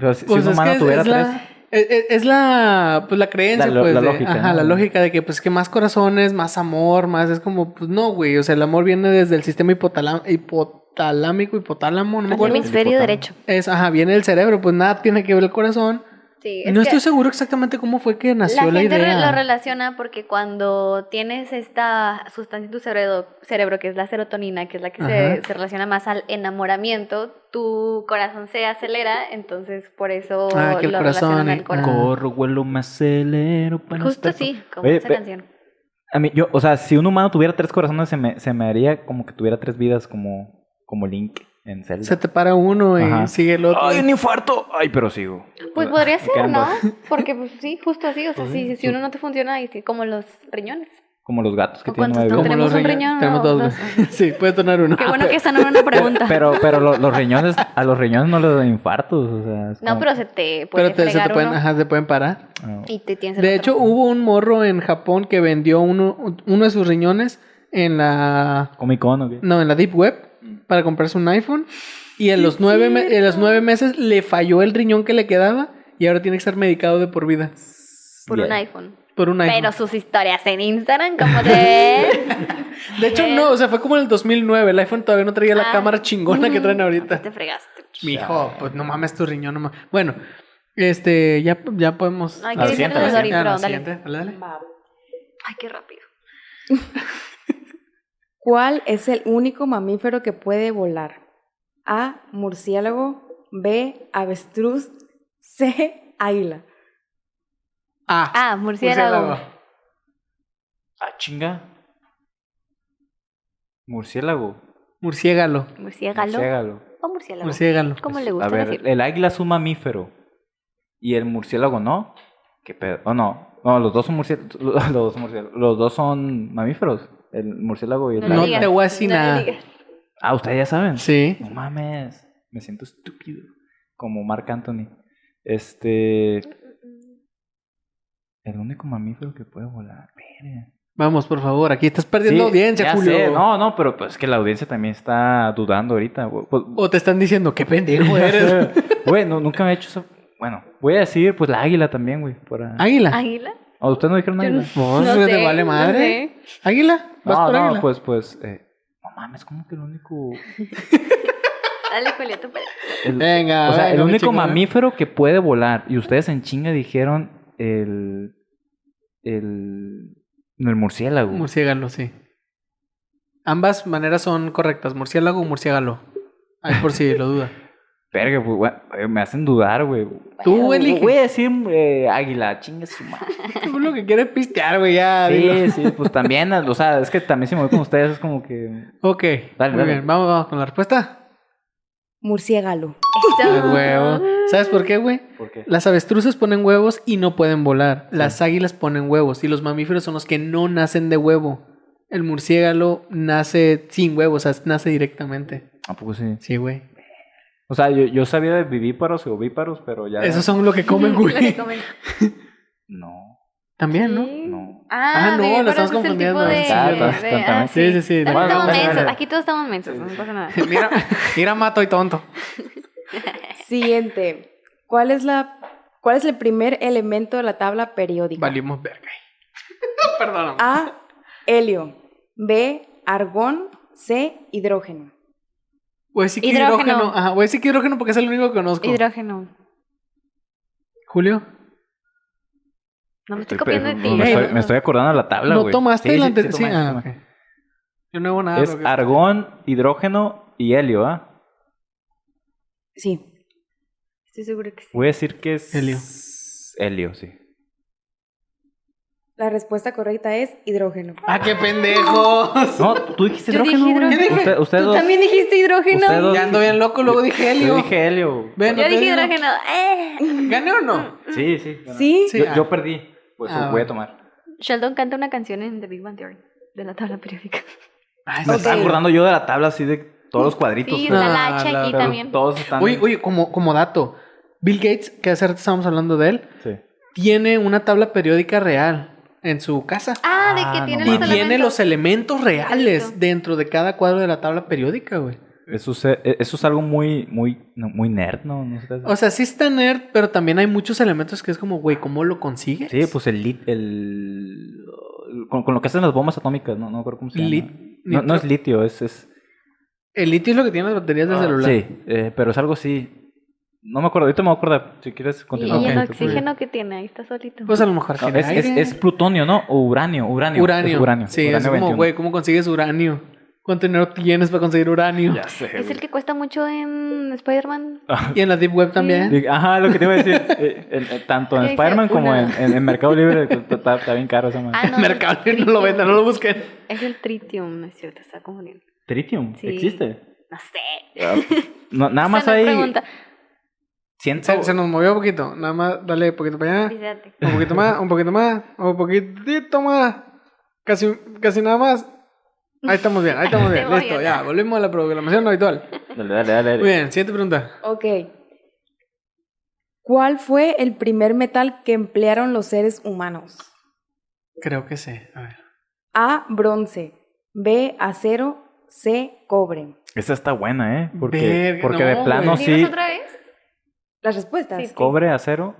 S2: O sea, si, si
S1: Pues
S2: un
S1: es
S2: humano
S1: que es-
S2: tuviera
S1: es la-
S2: tres.
S1: Es, es- es la, pues, la creencia,
S2: La lo-
S1: pues.
S2: la
S1: de-
S2: lógica,
S1: Ajá,
S2: ¿no?
S1: la lógica de que, pues, que más corazones, más amor, más. Es como, pues, no, güey. O sea, el amor viene desde el sistema hipotala- hipotalámico, hipotálamo, no me
S3: El
S1: acuerdo.
S3: hemisferio
S2: Hipotálamo.
S3: derecho.
S1: Es, ajá, viene del cerebro, pues nada tiene que ver el corazón.
S3: Sí,
S1: no
S3: que-
S1: estoy seguro exactamente cómo fue que
S3: La
S1: nació la,
S3: gente re- lo
S1: idea.
S3: relaciona porque cuando tienes esta sustancia en tu cerebro, cerebro que es la serotonina, que es la que se,
S1: Ajá.
S3: se relaciona más al enamoramiento, tu corazón se acelera, entonces por eso
S1: Ah, que el
S3: lo
S1: corazón,
S3: relacionan
S1: eh,
S3: al corazón.
S2: Corro, vuelo, me acelero. para
S3: Justo
S2: estar con-
S3: sí, como
S2: Oye,
S3: esa
S2: ve-
S3: canción.
S2: A mí, yo, o sea, si un humano tuviera tres corazones, se me, se me haría como que tuviera tres vidas, como, como Link en Zelda.
S1: Se te para uno y
S2: Ajá.
S1: sigue el otro.
S2: ¡Ay, un infarto! ¡Ay, pero sigo!
S3: Pues podría
S2: Me
S3: ser,
S2: quedan
S3: ¿no?
S2: dos.
S3: Porque pues, sí, justo así, o sea,
S2: Pues
S3: si,
S2: sí,
S3: si uno no te funciona, y sí, como los riñones.
S2: Como los gatos que
S3: ¿O
S2: tienen
S3: cuántos
S2: nueve
S3: no
S1: Como
S2: vidas.
S3: tenemos
S1: los
S3: un
S1: riñones.
S3: riñón,
S1: Tenemos
S3: no,
S1: dos, güey. Sí, puedes donar uno. Ah,
S3: Qué bueno que esta no era una pregunta.
S2: Ah, Pero, pero lo- los riñones, a los riñones no les dan infartos, o sea... es
S3: No,
S2: como-
S3: pero se te puede
S1: Pero te, se te
S3: fregar
S1: pueden,
S3: uno
S1: ajá, se pueden parar.
S2: Ah.
S3: y te tienes el
S1: De
S3: otro.
S1: hecho, hubo un morro en Japón que vendió uno, uno de sus riñones en la.
S2: ¿Comic Con o qué?
S1: No, en la Deep Web para comprarse un iPhone. Y en los, nueve, me- en los nueve meses le falló el riñón que le quedaba y ahora tiene que estar medicado de por vida.
S3: por un
S2: Yeah.
S3: iPhone.
S1: Por un iPhone.
S3: Pero sus historias en Instagram, como de.
S1: de hecho,
S3: Pero-
S1: no, o sea, fue como en el 2009. El iPhone todavía no traía la
S3: Ah.
S1: cámara chingona que traen ahorita.
S3: Mm, te fregaste.
S1: Mijo, pues no mames tu riñón, no mames. Bueno, este, ya, ya podemos.
S3: Ay,
S2: que decirle a los
S1: siguiente.
S3: Dory, pero
S1: Ah, no,
S3: dale.
S1: siguiente. Dale, dale.
S4: Va.
S3: Ay, qué rápido.
S4: ¿Cuál es el único mamífero que puede volar? A. Murciélago. B. Avestruz. C. Águila.
S1: Ah,
S3: Ah, murciélago.
S2: Ah, chinga. Murciélago.
S1: Murciégalo.
S3: Murciégalo. O murciélago.
S1: Murciégalo.
S3: ¿Cómo
S2: Es-
S3: le gusta
S2: A ver,
S3: decir?
S2: el águila es un mamífero. Y el murciélago no. ¿Qué pedo? ¿O no? No, los dos son murciélagos. Los dos son, murciél- los dos son mamíferos. El murciélago y el
S3: le
S1: No
S2: águila.
S1: te voy a decir
S3: no le
S1: nada.
S3: digas.
S2: Ah, ustedes ya saben.
S1: Sí.
S2: No mames. Me siento estúpido. Como Marc Anthony. Este. El único mamífero que puede volar. Verga.
S1: Vamos, por favor, aquí estás perdiendo
S2: Sí,
S1: audiencia,
S2: ya
S1: Julio.
S2: sé. No, no, pero pues que la audiencia también está dudando ahorita. Pues,
S1: O te están diciendo, qué pendejo
S2: ya
S1: eres.
S2: sé. Güey, no, nunca me he hecho eso. Bueno, voy a decir pues la águila también, güey. Para...
S1: Águila.
S3: ¿Águila?
S2: ¿O ustedes no dijeron
S3: Yo no-
S2: águila?
S1: Vos,
S3: No
S1: ¿te
S3: sé,
S1: vale
S3: no
S1: madre?
S3: sé.
S1: ¿Águila? ¿Vas
S2: No,
S1: por
S2: no,
S1: águila?
S2: pues, pues... eh, no mames, ¿cómo que el único...
S3: Dale, pues. Julio, tú puedes.
S2: el-
S1: Venga,
S2: o sea,
S1: venga,
S2: el
S1: mi
S2: único
S1: chingona.
S2: mamífero que puede volar. Y ustedes en chinga dijeron el... El... no, El murciélago.
S1: Murciégalo, sí. Ambas maneras son correctas, murciélago o murciégalo. Ahí por si lo duda.
S2: Verga, pues, güey, eh, me hacen dudar, güey.
S1: Tú
S2: Bueno,
S1: eliges.
S2: Voy a decir eh, águila, chinga su madre.
S1: Tú lo que quieres es pistear, güey, ya. dilo.
S2: Sí, sí, pues también, o sea, es que también si me voy con ustedes es como que...
S1: Ok,
S2: Dale,
S1: muy
S2: dale.
S1: bien, vamos, vamos con la respuesta.
S4: Murciégalo.
S1: El
S3: Eso.
S1: huevo. ¿Sabes por qué, güey?
S2: ¿Por qué?
S1: Las avestruces ponen huevos y no pueden volar. Las águilas ponen huevos y los mamíferos son los que no nacen de huevo. El murciélago nace sin huevos, o sea, nace directamente.
S2: ¿A poco Ah, pues, sí?
S1: Sí, güey.
S2: O sea, yo, yo sabía de vivíparos y ovíparos, pero ya...
S1: Esos son lo que comen,
S3: Lo que
S1: güey.
S3: comen.
S2: No,
S1: También, ¿no?
S3: Sí.
S2: no. Ah,
S1: Ah,
S3: Ah,
S1: no,
S3: no,
S1: lo
S3: lo
S1: estamos
S3: estamos confundiendo.
S1: confundiendo.
S2: Está- está- está-
S1: Sí, sí, sí.
S2: Bueno,
S3: Estamos
S2: vamos a
S3: mensos,
S2: ver.
S3: ah, aquí todos estamos mensos, no pasa nada.
S1: Mira, mira, mato y tonto.
S4: Siguiente. ¿Cuál es, la, ¿Cuál es el primer elemento de la tabla periódica?
S1: Valimos verga. Perdóname.
S4: A. Helio. B. Argón. C. Hidrógeno.
S1: Voy a decir que
S3: Hidrógeno.
S1: hidrógeno. Ajá, voy a decir que hidrógeno porque es el único que conozco.
S3: Hidrógeno.
S1: Julio.
S3: No me estoy
S2: Estoy-
S3: copiando de
S2: me
S3: ti.
S2: estoy-
S3: ¿no?
S2: me estoy acordando de la tabla,
S1: ¿No
S2: güey.
S1: tomaste
S2: Sí,
S1: el
S2: sí,
S1: anterior?
S2: sí
S1: Sí,
S2: tomé, sí
S1: ah,
S2: tomé.
S1: ok. Ah, Yo no hago nada.
S2: Es
S1: lo que-
S2: argón, hidrógeno y helio, ¿ah?
S4: Sí.
S3: Estoy seguro que sí.
S2: Voy a decir que es...
S1: Helio.
S2: Helio, sí.
S4: La respuesta correcta es hidrógeno.
S1: ¡Ah, qué pendejos!
S2: No, tú dijiste
S3: Yo dije
S2: hidrógeno, güey.
S3: hidrógeno.
S1: ¿Qué dije?
S2: Usted- ustedes
S3: Tú
S2: dos-
S3: también dijiste hidrógeno.
S2: ustedes dos-
S1: Ya ando bien loco, luego dije helio.
S2: Yo dije helio.
S1: Ven,
S3: Yo
S1: no te
S3: dije
S1: digo.
S3: hidrógeno. Eh.
S1: ¿Gané o no?
S2: Sí, sí. bueno.
S4: ¿Sí?
S1: Sí.
S2: Yo,
S1: ah.
S2: yo perdí. Pues
S1: Ah,
S2: voy
S1: bueno.
S2: a tomar.
S3: Sheldon canta una canción en The Big Bang Theory de la tabla periódica.
S1: Ay,
S2: Me
S1: no
S4: Ok.
S2: estaba acordando yo de la tabla así de todos los cuadritos.
S3: Sí,
S2: pero-
S3: está
S1: no,
S3: la hacha
S1: Ah, la-
S3: aquí
S2: pero
S3: también.
S2: Todos están.
S1: Oye, oye, como, como dato, Bill Gates, que hace rato estábamos hablando de él,
S2: Sí.
S1: tiene una tabla periódica real en su casa.
S3: Ah, de
S2: Ah,
S3: que tiene
S2: no
S1: y
S3: los
S2: mames.
S1: tiene los elementos reales
S3: Exacto.
S1: dentro de cada cuadro de la tabla periódica, güey.
S2: Eso es, eh, eso es algo muy, muy, no, muy nerd, ¿no? No sé.
S1: O sea, sí está nerd, pero también hay muchos elementos que es como, güey, ¿cómo lo consigues?
S2: sí, pues el lit, el con, con lo que hacen las bombas atómicas, no, no me acuerdo cómo se llama.
S1: Lit-
S2: no, no
S1: nitro-
S2: es litio, es, es
S1: El litio es lo que tiene las baterías del celular.
S2: Sí, eh, pero es algo así. No me acuerdo, ahorita me voy a acordar. Si quieres
S3: Y
S2: continuar.
S1: Ok,
S2: con
S3: el
S2: esto, por favor.
S3: oxígeno que tiene, ahí está solito.
S1: Pues a lo mejor
S2: No, es,
S1: genera
S2: es,
S1: aire.
S2: es plutonio, ¿no? O uranio, uranio.
S1: uranio.
S2: Es uranio.
S1: Sí,
S2: uranio
S1: es como,
S2: 21.
S1: güey, ¿cómo consigues uranio? ¿Cuánto dinero tienes para conseguir uranio?
S2: Ya sé.
S3: es
S2: güey.
S3: el que cuesta mucho en Spider-Man.
S1: Y en la Deep Web también.
S2: Digo, Ajá, lo que te iba a decir. eh, el- eh, tanto en
S3: Dice
S2: Spider-Man como
S3: una.
S2: en, en- en Mercado Libre está, está- está bien caro esa madre.
S3: Ah, no.
S1: Mercado Libre
S3: es
S1: no lo
S3: tritium.
S1: venda, no lo busquen.
S3: Es el tritium, no es cierto, está confundiendo.
S2: Tritium,
S3: Sí.
S2: existe.
S3: No sé.
S2: Ah, no, nada
S3: Esa
S2: más
S3: no es
S2: hay
S3: pregunta.
S2: ciento-
S1: Se, se nos movió un poquito. Nada más, dale un poquito para allá.
S3: Fíjate.
S1: Un poquito más, un poquito más, un poquitito más. Casi, casi nada más. Ahí estamos bien, ahí estamos bien.
S3: Te voy
S1: Listo,
S3: a
S1: ya.
S3: dar.
S1: Volvemos a la programación habitual.
S2: Dale, dale, dale. dale.
S1: Muy bien, siguiente pregunta.
S4: Ok. ¿Cuál fue el primer metal que emplearon los seres humanos?
S1: Creo que sí. A ver.
S4: A. Bronce. B. Acero. C. Cobre.
S2: Esa está buena, ¿eh? Porque,
S1: Verga,
S2: porque
S1: no,
S2: de plano
S1: güey.
S2: sí.
S3: ¿Dinos otra vez?
S4: Las respuestas.
S3: Sí.
S2: Cobre, acero.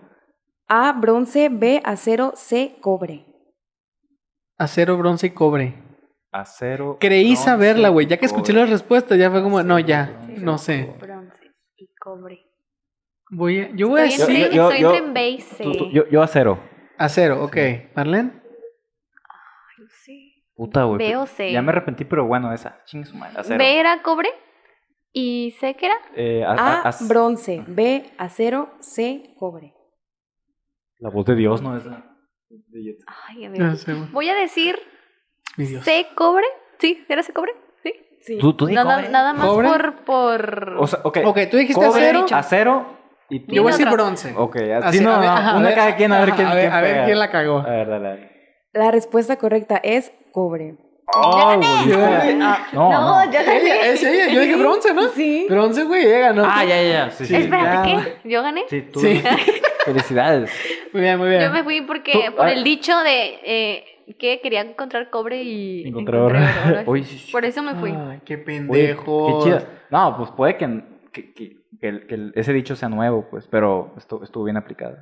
S4: A. Bronce. B. Acero. C. Cobre.
S1: Acero, bronce y cobre.
S2: Acero.
S1: Creí
S2: bronce,
S1: saberla, güey. Ya que escuché
S2: cobre.
S1: las respuestas, ya fue como, no, ya,
S2: Acero,
S1: no sé.
S2: bronce.
S3: Bronce y cobre.
S1: Voy a- yo voy a
S3: Estoy
S2: sí.
S1: decir
S3: entre,
S2: Yo- yo-
S3: estoy
S2: yo-
S3: entre en base.
S2: Tú- tú- yo, yo acero.
S1: acero, ok. ¿Marlene?
S3: Sí.
S2: Puta, güey.
S3: B o C.
S2: Ya me arrepentí, pero bueno, esa. Chingue su madre. Acero.
S3: B era cobre y C que era.
S2: Eh, a- a-
S4: A.
S2: ac-
S4: Bronce. B. Acero. C. Cobre.
S2: La voz de Dios, ¿no? Esa.
S3: Ay, a ver.
S1: No sé, güey.
S3: Voy a decir
S1: Ah, Mi Dios.
S3: C cobre. Sí, era C cobre. Sí.
S4: Sí.
S2: Tú, tú di
S3: Nada,
S2: cobre.
S3: nada más
S1: ¿Cobre?
S3: por. por...
S2: O sea, ok.
S1: Ok, tú dijiste
S2: cobre,
S1: acero.
S2: acero y tú.
S1: Yo voy a
S3: Dime
S1: decir
S3: otra.
S1: bronce.
S2: Ok, así
S1: Así,
S2: no,
S1: a ver,
S2: no,
S1: ajá,
S2: una cada quien a ver
S1: ajá,
S2: quién
S1: a ver,
S2: quién
S1: a ver
S2: pega.
S1: quién la cagó.
S2: A ver, dale, dale.
S4: La respuesta correcta es cobre.
S2: Oh, güey,
S1: gané!
S2: espera. No,
S3: no,
S2: no.
S3: yo
S1: Ella,
S3: gané.
S1: es ella, yo dije bronce, ¿no?
S4: Sí.
S1: Bronce, güey, ella ganó.
S2: Ah, ya, ya, ya. Sí, sí.
S3: Espérate,
S1: ya.
S3: ¿qué? ¿Yo gané?
S2: Sí, tú.
S1: Sí.
S2: Felicidades.
S1: Muy bien, muy bien.
S3: Yo me fui porque
S2: Tú-
S3: por
S2: ah.
S3: el dicho de eh, que quería encontrar cobre y
S2: Encontré oro.
S3: encontré
S2: ah,
S3: oro, oro, así.
S2: Uy, sí, sí.
S3: Por eso me fui.
S1: Ay, qué
S2: Oye,
S1: pendejo.
S2: Qué chida. No, pues puede que, que, que- que el- que el- ese dicho sea nuevo, pues, pero estu- estuvo bien aplicado.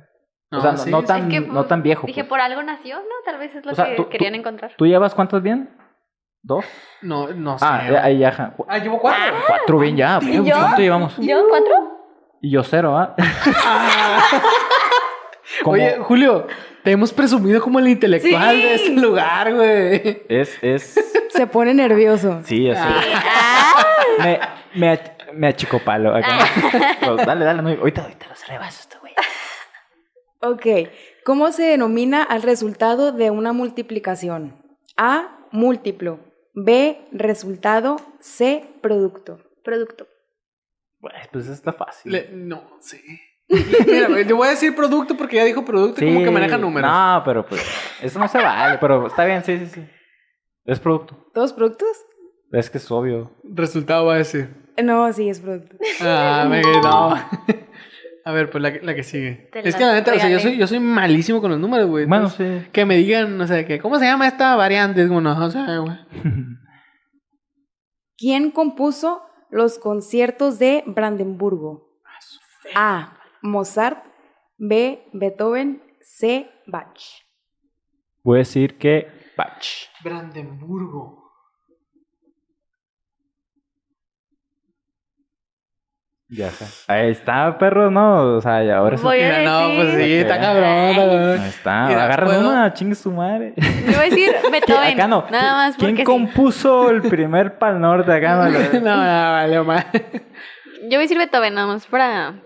S2: o sea, no- no
S3: Es
S2: tan-
S3: que,
S2: tan viejo,
S3: Dije,
S2: pues.
S3: por algo nació, ¿no? Tal vez es lo
S2: O sea,
S3: que
S2: tú- tú-
S3: querían encontrar.
S2: ¿Tú llevas cuántas bien? ¿Dos?
S1: No, no sé.
S2: Ah, ya, ahí ya, ajá. Cu-
S1: Ah, llevo cuatro.
S2: Cuatro bien ya.
S3: ¿Y
S2: pues,
S3: yo?
S2: ¿Cuánto llevamos?
S3: ¿Yo? ¿Cuatro?
S2: Y yo cero, ¿ah? Como-
S1: Oye, Julio, te hemos presumido como el intelectual
S3: Sí.
S1: de este lugar, güey.
S2: Es, es...
S4: Se pone nervioso.
S2: Sí, es...
S3: Ah.
S2: Me, me, ach- me achico palo acá.
S3: Ah.
S2: Pues, dale, dale, no, ahorita, ahorita los rebaso este güey.
S4: Ok. ¿Cómo se denomina al resultado de una multiplicación? A. Múltiplo. B. Resultado. C. Producto.
S3: Producto.
S2: Pues, pues está fácil.
S1: Le- no sé. Mira, güey, yo voy a decir producto porque ya dijo producto y como que maneja números.
S2: No, pero pues eso no se vale, pero está bien, sí, sí, sí. Es producto.
S4: ¿Todos productos?
S2: Es que es obvio.
S1: Resultado va a decir.
S4: No, sí, es producto.
S1: Ah, me no. A ver, pues la, que- la que sigue.
S3: Te
S1: es
S3: la
S1: que la neta, o sea, yo
S3: regalé.
S1: soy, yo soy malísimo con los números, güey.
S2: Bueno,
S1: Entonces,
S2: sí.
S1: Que me digan, o sea, que cómo se llama esta variante. Es como, no, o sea, güey.
S4: ¿Quién compuso los conciertos de Brandenburgo? A. Mozart. B. Beethoven. C. Bach.
S2: Voy a decir que Bach.
S1: Brandenburgo.
S2: Ya está. Ahí está, perro, no, o sea, ya ahora sí.
S3: Voy a
S1: Mira, no,
S3: decir-
S1: pues sí, está cabrón. está cabrón.
S2: Ahí está,
S1: Mira,
S2: agarra
S1: ¿puedo?
S2: una, chingue su madre.
S3: Yo iba a decir Beethoven.
S2: Acá no.
S3: Nada más porque
S2: ¿Quién
S3: sí.
S2: compuso el primer pal norte acá? no?
S1: No, no, vale, más.
S3: Yo voy a decir Beethoven nada más para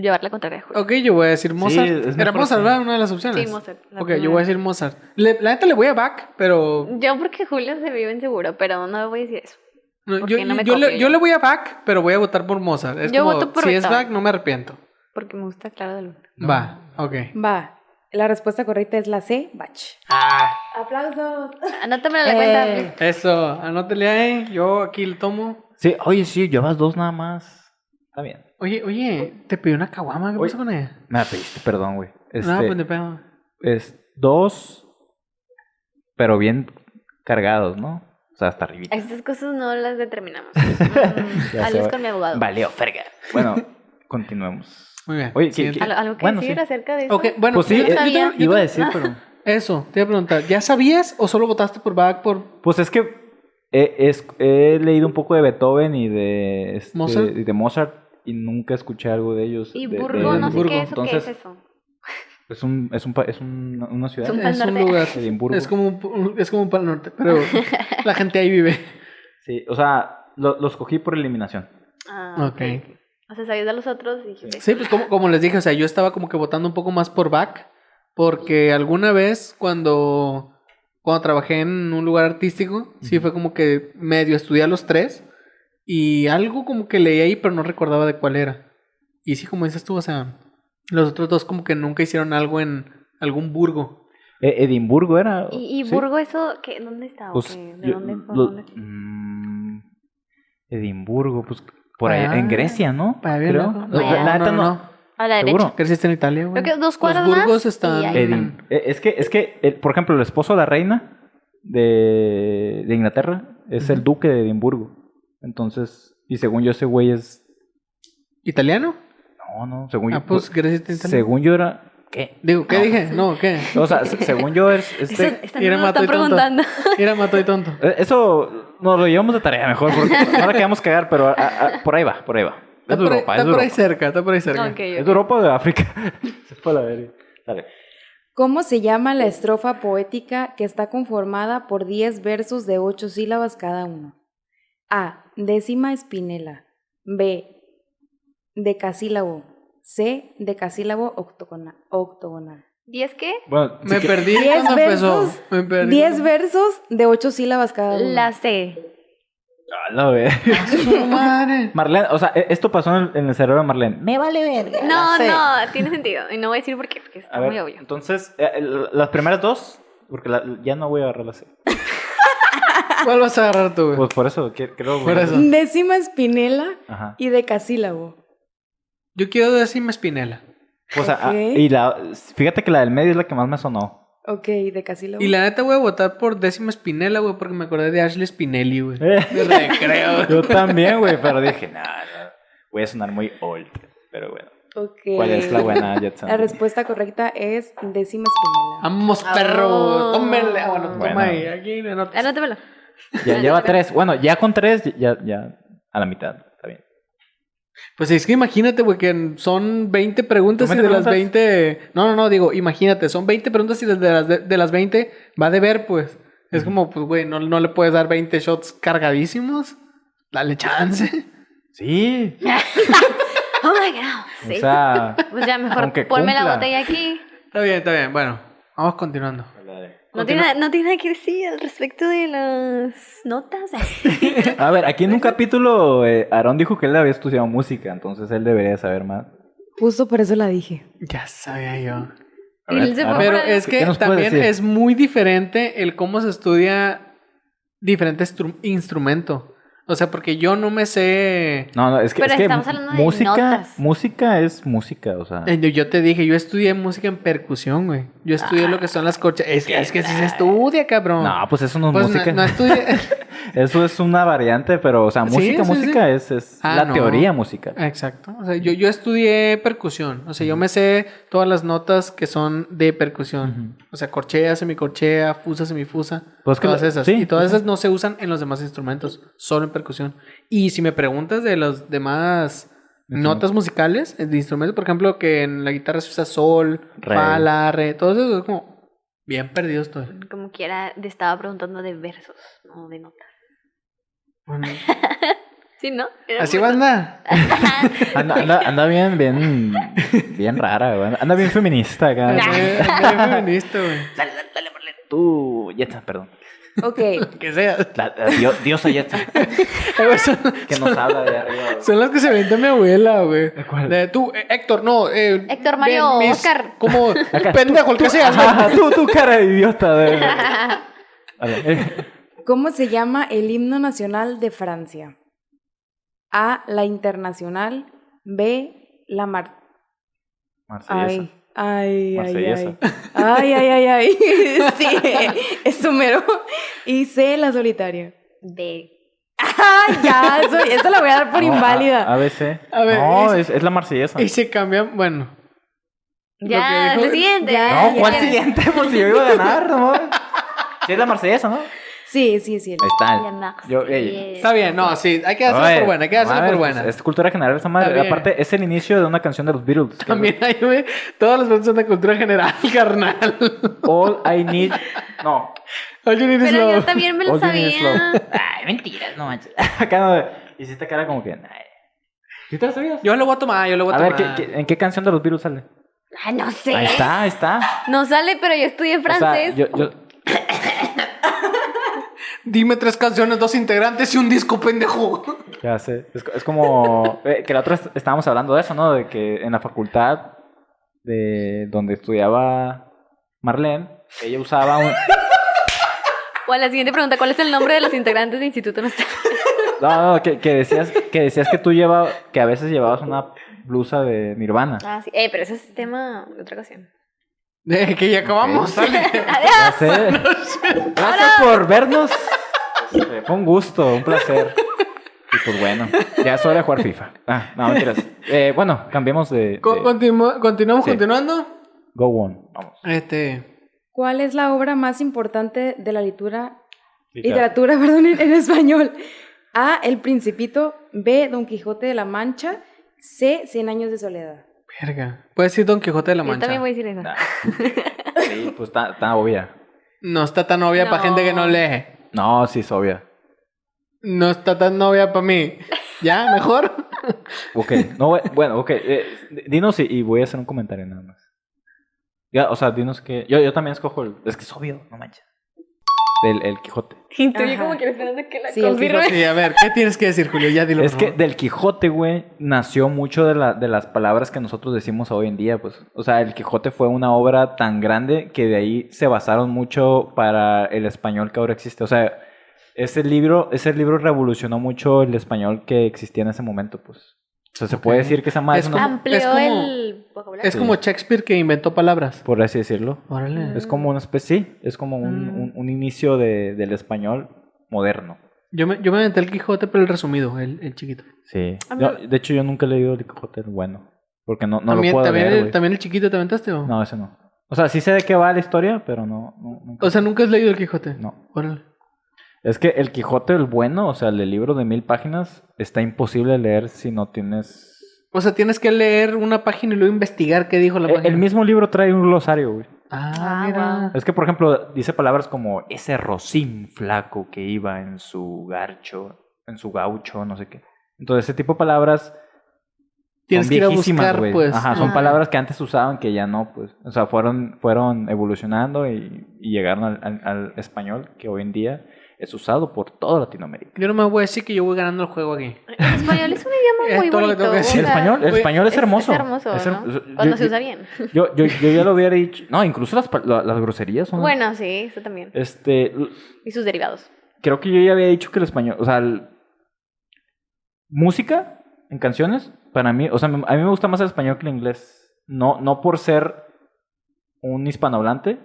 S3: llevar la contraria a Julio.
S1: Ok, yo voy a decir Mozart.
S2: es
S1: Era Mozart,
S2: mejor opción.
S1: ¿verdad? Una de las opciones.
S3: Sí, Mozart. la
S1: Ok, yo
S3: primera.
S1: voy a decir Mozart. Le- la neta le voy a Bach, pero.
S3: Yo porque Julio se vive inseguro, pero no voy a decir eso.
S1: no,
S3: ¿Por
S1: yo,
S3: qué no me
S1: yo le,
S3: copio
S1: yo
S3: yo?
S1: le voy a Bach, pero voy a votar por Mozart. Es
S3: Yo
S1: como,
S3: voto por
S1: Si es
S3: Beethoven.
S1: Bach, no me arrepiento.
S3: Porque me gusta Claro de Luna.
S1: Va, ok.
S4: Va. La respuesta correcta es la C, Bach.
S1: Ah,
S4: Aplausos.
S3: Anótame la cuenta.
S4: Eh.
S1: eso, anótele ahí. Yo aquí lo tomo.
S2: Sí, oye, sí, llevas dos nada más. Está bien.
S1: Oye, oye, te pedí una caguama. ¿Qué
S2: Oye.
S1: pasó con ella?
S2: Me la pediste, perdón, güey. Este,
S1: No, pues de pedo.
S2: es dos, pero bien cargados, ¿no? O sea, hasta arriba.
S3: Estas cosas no las determinamos. Mm,
S2: Ya
S3: Hables
S2: sé.
S3: con mi abogado.
S2: Valeo, ferga. Bueno, continuemos.
S1: Muy bien.
S2: Oye, ¿qué-
S1: siguiente.
S2: qué-
S3: ¿Al- ¿Algo que
S2: Bueno,
S3: decir
S2: sí.
S3: acerca de eso?
S1: Ok, bueno,
S2: Pues sí,
S1: yo- yo
S2: eh,
S1: tengo- yo Ah.
S2: iba a
S1: tengo-
S2: decir, pero...
S1: Eso, te iba a preguntar. ¿Ya sabías o solo votaste por Bach por
S2: Pues es que he, es- he leído un poco de Beethoven y de, este,
S1: Mozart.
S2: y de Mozart y nunca escuché algo de ellos.
S3: Y
S2: de-
S3: Burgo,
S2: de
S3: no sé
S1: Edimburgo.
S3: qué es eso, qué
S2: Entonces,
S3: es eso.
S2: Es un, es un, pa- es un- una ciudad.
S3: Es un
S1: es
S3: pal
S1: un
S3: norte.
S1: lugar?
S2: Edimburgo.
S1: Es como un, pu- es como un pal norte, pero la gente ahí vive.
S2: Sí, o sea, lo- los cogí por eliminación.
S3: Ah,
S1: Ok.
S3: O sea, sabías de los otros y dijiste,
S1: Sí, pues como, como les dije, o sea, yo estaba como que votando un poco más por Bach, porque alguna vez cuando, cuando trabajé en un lugar artístico, sí
S2: Ujú.
S1: fue como que medio estudié a los tres y algo como que leí ahí, pero no recordaba de cuál era. Y sí, como dices tú, o sea, los otros dos como que nunca hicieron algo en algún burgo.
S2: E- Edimburgo era.
S3: ¿Y, y
S2: sí.
S3: Burgo eso qué, dónde está? ¿O
S2: Pues,
S3: qué? ¿De
S2: yo-
S3: dónde fue?
S2: lo-
S3: ¿Dónde fue?
S2: mm, Edimburgo, pues por ahí,
S1: Ah,
S2: en Grecia, ¿no?
S1: Para bien,
S2: Creo.
S1: loco.
S2: La-
S3: No,
S2: la
S1: no,
S2: neta no.
S1: no.
S3: A la derecha.
S2: ¿Seguro?
S1: Creciste en Italia, güey.
S3: Creo que dos cuadras
S1: Los burgos
S3: más
S1: están...
S3: y ahí
S2: Edim- eh, Es que, es que el- por ejemplo, el esposo de la reina de, de Inglaterra es el
S1: Ujú.
S2: duque de Edimburgo. Entonces, y según yo, ese güey es.
S1: ¿Italiano?
S2: No, no, según
S1: Ah,
S2: yo.
S1: pues creciste en Italia.
S2: según yo era. ¿Qué?
S1: Digo, ¿qué
S2: No.
S1: dije? No, ¿qué?
S2: O sea, se- según yo es.
S3: Eso,
S2: Este,
S3: esta
S1: Mira,
S3: no lo
S1: mato y
S3: están
S1: tonto.
S3: preguntando.
S1: Era mato y tonto.
S2: Eh, Eso nos lo llevamos de tarea mejor, porque no la quedamos cagar, pero ah, ah, por ahí va, por ahí va.
S1: Está
S2: Es de
S1: por, ahí,
S2: Europa,
S1: está
S2: es de
S1: por ahí
S2: Europa.
S1: cerca, está por ahí cerca.
S3: Ok,
S2: Es
S3: ok.
S2: de Europa o de África. Se fue a la verga. Dale.
S4: ¿Cómo se llama la estrofa poética que está conformada por 10 versos de 8 sílabas cada uno? A. Décima espinela. B. Decasílabo. C. Decasílabo octogona- octogonal.
S3: ¿Y es que
S2: Bueno, si
S1: Me
S2: que-
S1: perdí
S4: Diez
S1: cuando empezó.
S4: versos,
S1: Me perdí.
S4: 10 versos de 8 sílabas cada uno.
S3: la C?
S2: A la verga.
S1: Su madre.
S2: Ah, Marlene, o sea, e- esto pasó en el, en el cerebro de Marlene. Me vale verga.
S3: No, no, tiene sentido. Y no voy a decir por qué, porque está
S2: A ver,
S3: muy obvio.
S2: entonces, eh, el- las primeras dos, porque la- ya no voy a agarrar la C.
S1: ¿Cuál vas a agarrar tú, güey?
S2: Pues por eso, que- creo.
S1: Por eso.
S4: Décima espinela
S2: Ajá.
S4: y decasílabo.
S1: Yo quiero decirme Espinela.
S2: O sea, ah,
S4: Ok.
S2: y la, fíjate que la del medio es la que más me sonó.
S4: Ok, decasílabo.
S1: Y la neta voy a votar por décima Espinela, güey, porque me acordé de Ashley Spinelli, güey.
S2: Eh.
S1: De recreo.
S2: Yo también, güey, pero dije, nada, voy a sonar muy old. Pero bueno,
S4: Ok.
S2: ¿cuál es la
S3: Eh,
S2: buena, Jetson?
S4: La respuesta correcta es décima espinela.
S1: Vamos, perro.
S3: Oh.
S1: Tómenle. Ah, bueno,
S2: Bueno.
S1: toma ahí. Aquí le anotas.
S3: Anótamelo.
S2: Ya lleva tres. Bueno, ya con tres, ya, ya a la mitad. Está bien.
S1: Pues es que imagínate, güey, que son 20 preguntas y de
S2: ¿20
S1: las
S2: preguntas?
S1: 20. No, no, no, digo, imagínate, son 20 preguntas y de las, de, las 20 va a deber, pues. Es
S2: Ujú.
S1: como, pues, güey, no, no le puedes dar 20 shots cargadísimos. Dale chance.
S2: Sí.
S3: Oh my god. Sí.
S2: O sea.
S3: pues ya mejor
S2: aunque
S3: ponme la
S2: cumpla.
S3: botella aquí.
S1: Está bien, está bien. Bueno, vamos continuando.
S3: No
S1: Continúa.
S3: tiene, nada- no tiene nada que decir al respecto de las notas.
S2: A ver, aquí en un capítulo, eh, Aarón dijo que él había estudiado música, entonces él debería saber más.
S4: Justo por eso la dije.
S1: Ya sabía yo.
S2: A
S3: Y
S2: ver,
S3: él se
S2: Aarón.
S3: fue
S1: Pero
S3: por ahí.
S1: es que
S2: ¿Qué nos puede
S1: también
S2: decir?
S1: es muy diferente el cómo se estudia diferente estru- instrumento. O sea, porque yo no me sé.
S2: No, no, es que,
S3: Pero
S2: es que
S3: estamos hablando de
S2: música,
S3: notas.
S2: música es música, o sea.
S1: Eh, Yo, yo te dije, yo estudié música en percusión, güey. Yo estudié lo que son las corchas. Es, es que sí se estudia, cabrón.
S2: No, pues eso no es
S1: pues
S2: música.
S1: no, no estudié.
S2: Eso es una variante, pero, o sea,
S1: Sí,
S2: música,
S1: sí,
S2: música es, es
S1: Ah,
S2: la
S1: no. Eh,
S2: teoría musical.
S1: Exacto. O sea, yo, yo estudié percusión. O sea, yo me sé todas las notas que son de percusión.
S2: Ujú.
S1: O sea, corchea, semicorchea, fusa, semifusa.
S2: Pues que
S1: todas
S2: lo-
S1: esas.
S2: sí,
S1: y todas
S2: ujú.
S1: esas no se usan en los demás instrumentos, solo en percusión. Y si me preguntas de los demás notas musicales, eh, de instrumentos, por ejemplo, que en la guitarra se usa sol,
S2: Re.
S1: fa, la, re, todo eso es como bien perdido estoy.
S3: Como quiera, te estaba preguntando de versos, no de notas.
S1: Bueno,
S3: Sí, ¿no? Era
S1: Así
S3: muy-
S1: banda.
S2: Anda, anda- anda bien, bien, bien rara, güey. Anda bien feminista acá.
S3: Nah.
S1: Eh, eh, feminista, güey.
S2: Dale, dale, dale, ponle. Tú, Yetza, perdón.
S4: Ok,
S1: Que sea.
S2: La, la dio- diosa Yetza,
S1: Güey, Son,
S2: que nos habla de arriba. güey.
S1: son las que se vende mi abuela, güey.
S2: ¿Cuál?
S1: La de tú, eh, Héctor, no. eh,
S3: Héctor, Mario,
S1: ven mis-
S3: Oscar.
S1: Como un pendejo, el que sea.
S2: Ajá, tú, tú, cara de idiota. güey. A ver, eh,
S4: ¿Cómo se llama el himno nacional de Francia? A, la internacional. B, la mar...
S2: Marsellesa.
S4: Ay, ay, ay,
S2: Marsellesa.
S4: ay. Ay, ay, ay, ay. Sí, es número. Y C, la solitaria.
S3: De...
S4: Ay, ya, eso, esa la voy a dar por
S2: No, ah, a-
S4: inválida.
S2: ABC.
S1: A ver,
S2: no,
S1: es-
S2: es, es la marsellesa.
S1: Y se cambian, bueno.
S2: ah,
S1: Lo
S3: Ya,
S1: que dijo-
S3: lo siguiente.
S4: Ya,
S2: No,
S4: ya,
S2: ¿cuál
S4: ya.
S2: siguiente? Pues si yo iba a ganar, no mames. Sí, es la marsellesa, ¿no? Ahí
S4: Sí, sí, sí.
S3: La
S2: está.
S3: Marsellesa.
S2: Yo, ey.
S1: Está bien, no, sí, hay que dársela
S2: Oye,
S1: por buena, hay que dársela
S2: mames,
S1: por buena.
S2: pues, Es cultura general esa
S1: Está
S2: madre.
S1: bien.
S2: Aparte, es el inicio de una canción de los Beatles. que
S1: También hay, güey, todas las veces son de cultura general, carnal.
S2: es All I Need. No.
S1: All you need is
S3: Pero yo
S1: love.
S3: también me lo
S2: All you need is
S3: sabía.
S2: Ay, mentiras, no manches. Acá no. de- Hiciste cara como que. Ay. ¿Sí te la sabías?
S1: Yo lo voy a tomar, yo lo voy a,
S2: a ver,
S1: tomar.
S2: ¿qué- qué- ¿en qué canción de los Beatles sale?
S3: Ah, no sé.
S2: Ahí está, ahí está.
S3: No sale, pero yo estudié
S2: O sea,
S3: francés.
S2: yo- yo-
S1: Dime tres canciones, dos integrantes y un disco, pendejo.
S2: ya sé. Es, co- es como eh, que la otra vez estábamos hablando de eso, ¿no? De que en la facultad de donde estudiaba Marlene, ella usaba un.
S3: Bueno, la siguiente pregunta, ¿cuál es el nombre de los integrantes del Instituto Nostálgico?
S2: No, no, que, que decías que decías que tú llevabas, que a veces llevabas una blusa de Nirvana.
S3: Ah, sí. Eh, pero ese es tema de otra ocasión.
S1: Eh, que ya acabamos, sale.
S2: Ya sé. Gracias por vernos. Este, fue un gusto, un placer. Y pues bueno, ya es hora de jugar FIFA. Ah, no, mentiras. Eh, bueno, cambiemos de, de-
S1: Co- continua- continuamos
S2: Sí.
S1: continuando.
S2: Go on. Vamos.
S1: Este.
S4: ¿Cuál es la obra más importante de la litura- literatura perdón, en, en español? A, El Principito. B, Don Quijote de la Mancha. C, Cien Años de Soledad.
S1: Verga. Puedes decir Don Quijote de la
S3: Yo
S1: Mancha.
S3: también voy a decir eso.
S2: Nah. Sí, pues está, está obvia.
S1: No está tan obvia para
S3: No.
S1: gente que no lee.
S2: No, sí es obvia.
S1: No está tan obvia para mí. ¿Ya? ¿Mejor?
S2: Ok, no, bu- bueno, ok. eh, dinos y, y voy a hacer un comentario nada más. Ya, o sea, dinos que. Yo, yo también escojo el. Es que es obvio, no manches. Del el Quijote.
S3: Y tú, yo
S4: Ajá.
S3: como que esperando que la
S4: Sí, el
S3: confirme.
S1: Sí, a ver, ¿qué tienes que decir, Julio? Ya dilo.
S2: es
S1: por
S2: que
S1: favor.
S2: del Quijote, güey, nació mucho de, la- de las palabras que nosotros decimos hoy en día, pues. O sea, el Quijote fue una obra tan grande que de ahí se basaron mucho para el español que ahora existe. O sea, ese libro, ese libro revolucionó mucho el español que existía en ese momento, pues. O sea, se puede
S1: Ok.
S2: decir que esa madre
S1: Es
S2: es una-
S1: como-
S3: Amplió
S1: Es como-
S3: el vocabulario.
S1: Es como Shakespeare que inventó palabras.
S2: por así decirlo.
S1: Órale.
S2: Es como una especie, sí, es como un,
S1: Mm.
S2: un- un inicio de- del español moderno.
S1: Yo me, yo me aventé el Quijote, pero el resumido, el, el chiquito.
S2: Sí.
S3: A mí-
S2: Yo- de hecho, yo nunca he leído el Quijote el bueno. Porque no, no
S1: también,
S2: lo puedo
S1: también,
S2: leer,
S1: el,
S2: güey.
S1: también el chiquito te aventaste o
S2: No, ese no. O sea, sí sé de qué va la historia, pero no. no nunca-
S1: O sea, ¿nunca has leído el Quijote?
S2: no.
S1: Órale.
S2: Es que el Quijote el bueno, o sea, el libro de mil páginas, está imposible de leer si no tienes. E-,
S1: O sea, tienes que leer una página y luego investigar qué dijo la
S2: Eh, El,
S1: página.
S2: el mismo libro trae un glosario, güey.
S1: Ah,
S3: Ah,
S1: mira.
S3: wow.
S2: Es que, por ejemplo, dice palabras como ese rocín flaco que iba en su garcho, en su gaucho, no sé qué. Entonces, ese tipo de palabras
S1: Tienes
S2: son
S1: que ir a
S2: viejísimas,
S1: buscar,
S2: güey.
S1: pues.
S2: Ajá, son
S3: Ah.
S2: palabras que antes usaban que ya no, pues. O sea, fueron, fueron evolucionando y, y llegaron al, al- al español, que hoy en día es usado por toda Latinoamérica.
S1: Yo no me voy a decir que yo voy ganando el juego aquí.
S3: El español es un idioma
S1: Es
S3: muy
S1: todo lo que
S3: bonito.
S1: tengo que decir.
S2: El
S3: o sea,
S2: español, el
S1: Oye,
S2: español es
S3: es-
S2: hermoso.
S3: es hermoso,
S2: Es
S3: ¿no?
S2: hermoso.
S3: Cuando
S2: Yo-
S3: se usa
S2: yo-
S3: bien.
S2: Yo, yo, yo ya lo hubiera dicho. No, incluso las, pa- la- las groserías son.
S3: Bueno, sí, eso también.
S2: Este,
S3: Y sus derivados.
S2: creo que yo ya había dicho que el español, o sea, el- música en canciones, para mí, o sea, me- a mí me gusta más el español que el inglés. No, no por ser un hispanohablante,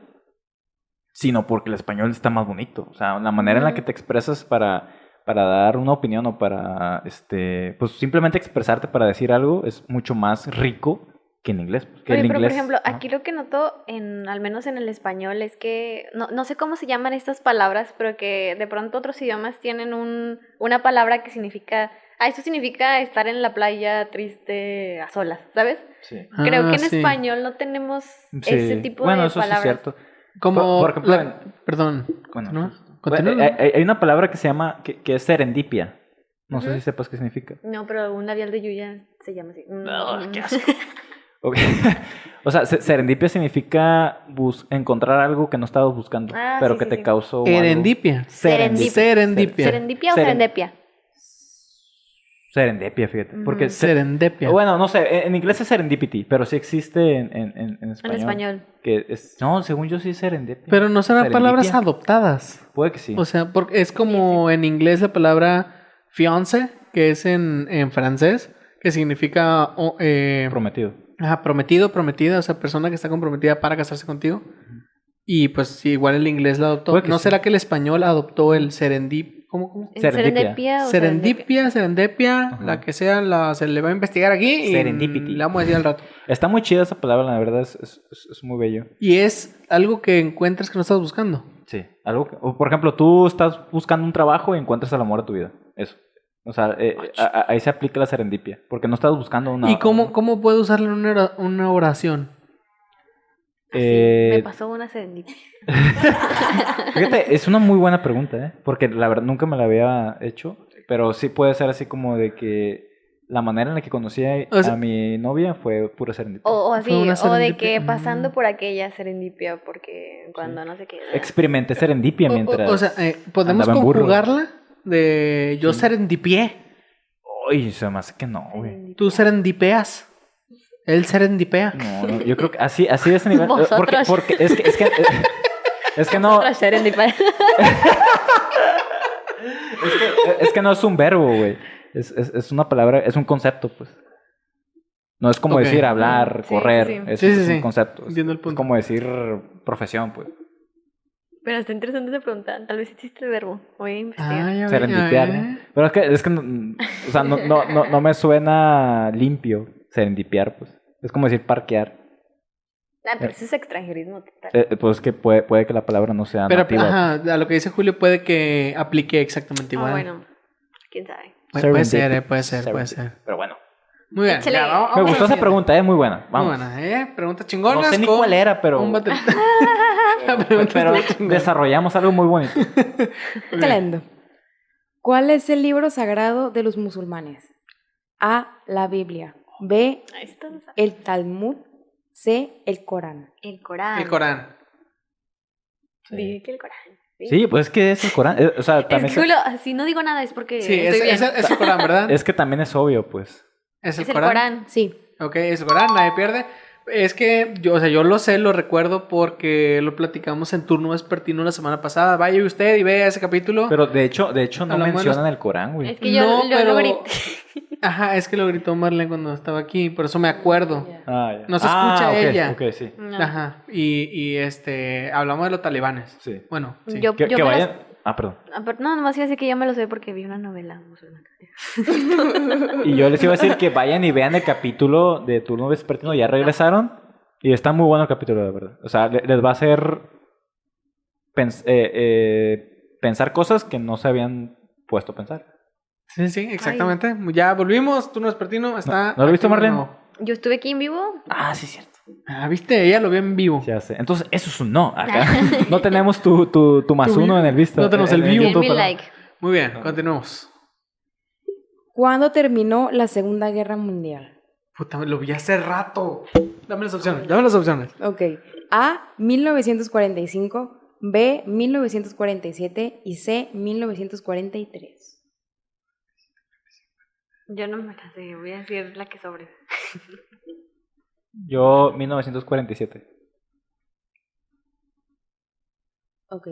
S2: sino porque el español está más bonito. O sea, la manera en la
S3: Ujú.
S2: que te expresas para, para dar una opinión o para, este, pues simplemente expresarte para decir algo es mucho más rico que en inglés. pues, Que
S3: Oye,
S2: el
S3: pero
S2: inglés
S3: por ejemplo,
S2: ajá.
S3: aquí lo que noto, en, al menos en el español, es que no, no sé cómo se llaman estas palabras, pero que de pronto otros idiomas tienen un, una palabra que significa, ah, eso significa estar en la playa triste a solas, ¿sabes?
S2: Sí.
S3: Creo
S1: Ah,
S3: que en
S1: sí.
S3: español no tenemos ese
S2: Sí.
S3: tipo
S2: bueno,
S3: de
S2: eso sí es
S3: palabras.
S2: cierto.
S1: Como.
S2: Por- por ejemplo,
S1: la-
S2: en-
S1: Perdón.
S2: Bueno,
S1: ¿No?
S2: pues,
S1: Continúa.
S2: eh, eh, hay, una palabra que se llama, que, que es serendipia. No sé
S3: Ujú.
S2: si sepas qué significa.
S3: No, pero un labial de Yuya se llama así. Mm.
S2: Ah, qué asco. Ok. o sea, se- serendipia significa bus- encontrar algo que no estabas buscando,
S3: Ah,
S2: pero
S3: sí,
S2: que
S3: sí,
S2: te
S3: sí.
S2: causó. algo.
S1: Serendipia.
S3: Serendipia.
S1: Serendipia.
S3: ¿Serendipia o
S2: Seren-
S3: serendepia?
S2: Serendipia, fíjate. Porque
S3: Ujú.
S2: se-
S1: Serendipia.
S2: Bueno, no sé, en- en inglés es serendipity, pero sí existe en, en- en- en
S3: En
S2: español.
S3: español.
S2: Que es- no, según yo sí es serendipia.
S1: Pero no serán
S2: Serendipia.
S1: palabras adoptadas.
S2: Puede que sí.
S1: O sea, porque es como en inglés la palabra fiance, que es en, en francés, que significa o- eh,
S2: Prometido.
S1: ajá, prometido, prometida, o sea, persona que está comprometida para casarse contigo. Y pues sí, igual el inglés la adoptó.
S2: Puede que
S1: ¿No
S2: sí.
S1: será que el español adoptó el serendip... ¿Cómo, cómo?
S3: ¿En
S2: Serendipia.
S3: serendipia o serendepia?
S1: Serendipia, serendepia,
S2: Ajá.
S1: la que sea, la, se le va a investigar aquí y
S2: Serendipity.
S1: la vamos a decir al rato.
S2: Está muy chida esa palabra, la verdad, es, es- es- es muy bello.
S1: Y es algo que encuentras que no estás buscando.
S2: Sí. Algo que- o, por ejemplo, tú estás buscando un trabajo y encuentras el amor de tu vida. Eso. O sea, eh, a- a- ahí se aplica la serendipia. Porque no estás buscando una.
S1: Ah, ¿Y cómo, cómo puedo usarlo en una ora- una oración?
S2: Eh,
S3: Me pasó una serendipia.
S2: Fíjate, es una muy buena pregunta, ¿eh? Porque la verdad nunca me la había hecho, pero sí puede ser así como de que la manera en la que conocí a,
S1: O sea- Oh.
S2: a mi novia fue pura serendipia.
S3: O, o así,
S1: Fue una
S3: o de
S1: serendipia.
S3: que pasando
S1: Mm.
S3: por aquella serendipia, porque cuando no sé qué.
S2: Experimenté serendipia
S1: O- o-
S2: mientras...
S1: O, sea, eh, podemos
S2: andaba en burro.
S1: conjugarla de yo serendipié,
S2: Ay, se me hace que no, güey.
S3: serendipia.
S1: tú serendipeas, él serendipea.
S2: No, no, yo creo que así, así de ese nivel... eh, Porque,
S3: Vosotros.
S2: porque es que... Es que, es que no,
S3: Otra serendipia.
S2: es que, e, es que no es un verbo, güey. Es, es, es una palabra, es un concepto, pues. No es como
S1: Ok.
S2: decir hablar,
S3: Sí, sí,
S2: correr.
S3: sí.
S2: Es,
S1: Sí, sí,
S2: es un
S1: sí.
S2: concepto. Es,
S1: Entiendo el
S2: pues, es
S1: punto.
S2: como decir profesión, pues.
S3: Pero está interesante esa pregunta. Tal vez hiciste el verbo. Voy a investigar.
S1: Ah, ya ve,
S2: Serendipear.
S1: ya ve.
S2: ¿no? Pero es que, es que no, o sea, no, no, no, no me suena limpio serendipiar, pues. Es como decir parquear.
S3: Ah, pero eso es extranjerismo total.
S2: Eh, eh, pues es que puede, puede que la palabra no sea
S1: Pero
S2: nativa.
S1: ajá, a lo que dice Julio puede que aplique exactamente
S3: Ah,
S1: igual.
S3: bueno. ¿Quién sabe?
S1: Pu- Puede,
S2: Serendip-
S1: ser, eh, puede ser, puede
S2: serendip-
S1: ser.
S2: Pero bueno.
S1: Muy bien.
S3: Échale.
S1: ya, vamos-
S2: Me
S1: vamos
S2: gustó
S1: a la
S2: esa pregunta, es muy buena.
S1: siguiente. Muy
S2: Vamos.
S1: buena, ¿eh? Preguntas
S2: No
S1: chingonas.
S2: sé ni
S1: con
S2: cuál era, pero,
S1: un bate- La pregunta
S2: pero
S1: estuvo chingona.
S2: desarrollamos algo muy bonito.
S1: Muy bien.
S4: Calendo. ¿Cuál es el libro sagrado de los musulmanes? A. La Biblia. B.
S3: Ahí está.
S4: El Talmud. C. El Corán.
S3: El Corán.
S1: El Corán.
S3: Dije que el Corán.
S2: Sí, pues es que es el Corán. eh, o sea, también
S3: Es
S2: es,
S3: que Julio, si no digo nada es porque
S1: Sí,
S3: estoy
S1: es,
S3: bien.
S1: es- es el Corán, ¿verdad?
S2: es que también es obvio, pues.
S1: Es
S3: Es el Corán.
S4: Sí.
S1: Ok, es Corán, nadie pierde. Es que yo, o sea, yo lo sé, lo recuerdo porque lo platicamos en turno vespertino la semana pasada. Vaya usted y vea ese capítulo.
S2: Pero de hecho, de hecho
S1: Oh. A
S2: no
S1: lo menos-
S2: mencionan el Corán, güey.
S3: Es que yo,
S1: No,
S3: yo
S1: pero-
S3: lo grité.
S1: Ajá, es que lo gritó Marlene cuando estaba aquí, por eso me acuerdo.
S2: Ah, ya.
S1: No se
S2: Ah,
S1: escucha
S2: ok,
S1: ella.
S2: Ok, sí.
S3: No.
S1: Ajá, y, y este, hablamos de los talibanes.
S2: sí.
S1: Bueno, sí.
S3: Yo,
S2: Que,
S3: yo
S2: que
S3: me
S2: vayan.
S3: las-
S2: Ah, perdón.
S3: Ah, pero No, nomás iba a decir que yo me lo sé porque vi una novela musulmana.
S2: Y yo les iba a decir que vayan y vean el capítulo de Turno Vespertino. Ya regresaron. Y está muy bueno el capítulo, de verdad. O sea, le- les va a hacer pens- eh, eh, pensar cosas que no se habían puesto a pensar.
S1: Sí, sí, exactamente. Ya volvimos, turno vespertino, está...
S2: ¿No lo has visto,
S1: activo de
S2: Marlene?
S1: nuevo.
S3: Yo estuve aquí en vivo.
S2: Ah, sí, cierto.
S1: Ah, viste, ella lo vio en vivo.
S2: Ya sé. Entonces, eso es un no. Acá. No tenemos tu, tu, tu más
S1: Tu
S2: uno
S1: vivo.
S2: en el visto.
S1: No tenemos el
S2: En
S1: vivo.
S3: Bien,
S1: Punto
S3: mi
S1: para-
S3: like.
S1: Muy bien, continuamos.
S4: ¿Cuándo terminó la Segunda Guerra Mundial?
S1: Puta, lo vi hace rato. Dame las opciones, dame las opciones.
S4: Ok. A. 1945. B. 1947. Y C. 1943.
S3: Yo no me la sé, voy a decir la que sobre.
S2: Yo, 1947.
S4: Ok.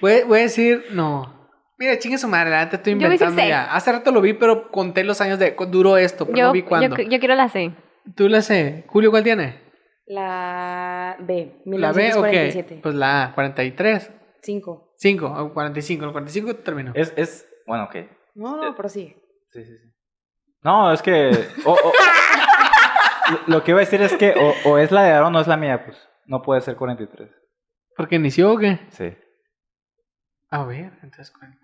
S1: Voy, voy a decir, no. Mira, chingue su madre, la neta estoy
S3: Yo voy a decir
S1: inventando
S3: seis.
S1: ya. Hace rato lo vi, pero conté los años de cu- duró esto, pero no
S3: Yo,
S1: vi cuándo.
S3: yo, yo quiero la C.
S1: Tú la sé. Julio, ¿cuál tiene?
S4: La B.
S1: ¿La B o qué?
S4: 1947.
S1: Pues la A, 43.
S4: 5.
S1: 5, o 45. El 45 terminó.
S2: Es, es... Bueno, ok.
S4: No, no, pero sí.
S2: Sí, sí, sí. No, es que. o- o- lo- lo que iba a decir es que o, o es la de Aaron o es la mía, pues. No puede ser 43.
S1: ¿Porque inició o qué?
S2: Sí.
S1: A ver, entonces 40.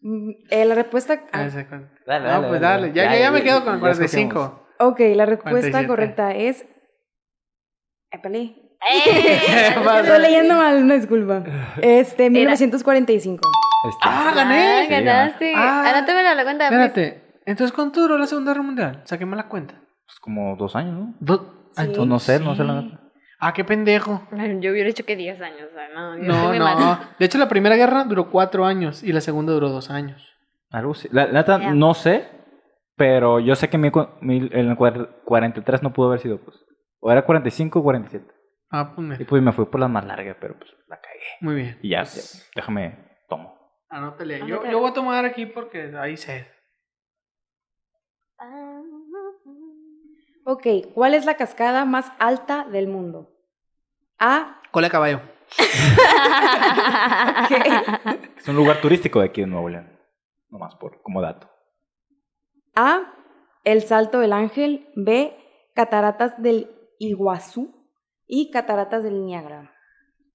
S4: Mm, eh, la respuesta.
S1: Ah,
S4: ah,
S1: ese 40.
S2: Dale,
S1: no, pues dale. Ya, ya, ya me quedo con el 45.
S4: ok, la respuesta
S1: 47.
S4: correcta es. Epale.
S3: ¡Eh!
S1: pasa?
S4: Estoy leyendo mal, una disculpa. Este, 1945.
S2: Este,
S1: ¡Ah,
S3: Ah,
S1: gané!
S3: ganaste.
S1: Ah.
S3: Ah, no te me la cuenta. pues.
S1: Espérate. Entonces, ¿cuánto duró la Segunda Guerra Mundial? Saqué mala cuenta.
S2: Pues como dos años, ¿no?
S1: Do- Ah,
S2: O
S4: Sí.
S1: entonces-
S2: no sé, no sé la
S1: Sí. Ah, qué pendejo.
S3: Yo hubiera dicho que 10 años. o sea, no, yo
S1: No,
S3: soy muy mala.
S1: no. De hecho, la primera guerra duró cuatro años y la segunda duró dos años.
S2: Algo así. La la neta,
S3: Ya.
S2: no sé, pero yo sé que mil, cu- mil- en el cuar- 43 no pudo haber sido, pues. O era 45 o 47.
S1: Ah, pues
S2: Y
S1: mira.
S2: pues me fui por la más larga, pero pues la cagué.
S1: Muy bien. Ah,
S2: Y ya,
S1: Pues,
S2: ya, déjame, tomo.
S1: Anótale. Yo,
S3: Anótale.
S1: yo voy a tomar aquí porque ahí sé.
S4: Ok, ¿cuál es la cascada más alta del mundo? A.
S1: Cola de caballo.
S2: Es un lugar turístico de aquí en Nuevo León. Nomás por, como dato.
S4: A. El Salto del Ángel. B. Cataratas del Iguazú. Y Cataratas del Niágara.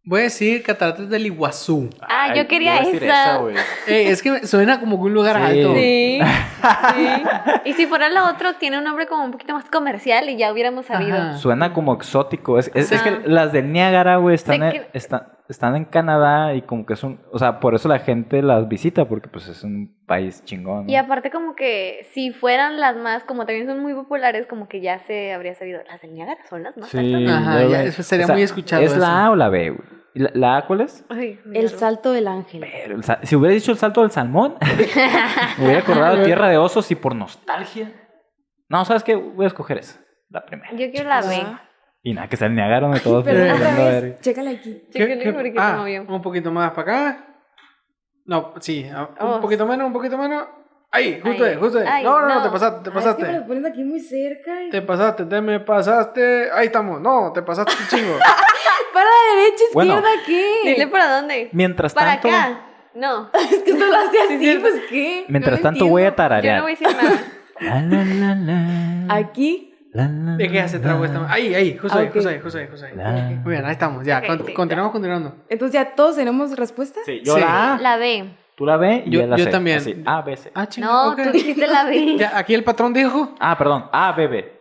S1: Voy a decir cataratas del Iguazú.
S3: Ah, yo
S2: Ay,
S3: quería
S2: iba a decir
S3: esa.
S2: güey.
S1: Eh, es que me- suena como que un lugar
S2: Sí.
S1: alto.
S3: Sí, sí. Y si fuera la otra, tiene un nombre como un poquito más comercial y ya hubiéramos sabido.
S1: Ajá.
S2: Suena como exótico. Es, es- es
S3: Ajá.
S2: que las del Niágara, güey, están,
S3: Sé
S2: en-
S3: que-
S2: están, están en Canadá y como que es un... O sea, por eso la gente las visita, porque pues es un país chingón. ¿no?
S3: Y aparte como que si fueran las más, como también son muy populares, como que ya se habría sabido. Las del Niágara son las más
S2: Sí,
S3: altas.
S1: Ajá,
S2: ya,
S1: ya,
S2: güey.
S1: eso sería
S2: O sea,
S1: muy escuchado
S2: ¿Es
S1: eso.
S2: la A o la B, güey? ¿Y ¿La, la A cuál es?
S3: Ay, mira,
S4: El
S3: Ro-
S4: Salto del Ángel.
S2: Pero el sal- si hubiera dicho el salto del salmón, me hubiera acordado de Tierra de Osos y por nostalgia. No, ¿sabes qué? Voy a escoger esa, la primera.
S3: Yo quiero la B.
S4: Ah,
S2: Y nada, que se negaron de todos.
S4: Pero
S2: pero
S4: otra
S2: valiendo
S4: vez,
S2: verga.
S4: chécala aquí.
S1: ¿Qué-
S3: Chéquenle
S1: qué-
S3: porque se
S1: ah,
S3: movió.
S1: un poquito más para acá. No, sí, a- un
S3: Oh.
S1: poquito menos, un poquito menos. Ahí, justo
S3: Ay,
S1: ahí, justo ahí.
S3: ay,
S1: no, no, no,
S3: no.
S1: te pasaste, te
S4: Ah, es que
S1: pasaste.
S4: me lo pones aquí muy cerca. y-
S1: Te pasaste, te me pasaste. Ahí estamos. No, te pasaste un chingo.
S4: Para derecha,
S2: Bueno.
S4: izquierda, ¿qué?
S3: Dile para dónde.
S2: Mientras
S3: Para
S2: tanto,
S3: acá. No.
S4: Es que tú lo haces así,
S3: cierto.
S4: pues qué.
S2: mientras
S4: No lo
S2: tanto voy a
S3: Yo
S4: entiendo.
S2: tararear.
S3: no voy a decir nada.
S2: La, la, la, la.
S4: Aquí.
S2: La, la,
S1: ¿De qué
S2: la,
S1: hace trago
S2: la.
S1: esta? Ahí, ahí, justo
S4: Ah,
S1: ahí,
S4: ok.
S1: justo ahí, justo ahí, justo ahí.
S2: La.
S1: Muy bien, ahí estamos. Ya,
S3: Ok,
S1: cont-
S3: sí,
S1: continuamos, continuando.
S4: Entonces ya todos tenemos respuesta.
S2: Sí, yo
S1: Sí.
S2: la A,
S3: La B.
S2: tú la B y
S1: Yo-
S2: él la
S1: yo
S2: C,
S1: también.
S2: así, A, B, C.
S1: Ah, chingo,
S3: No,
S1: ok.
S3: tú dijiste la B.
S1: Ya, aquí el patrón dijo.
S2: Ah, perdón, A, B, B.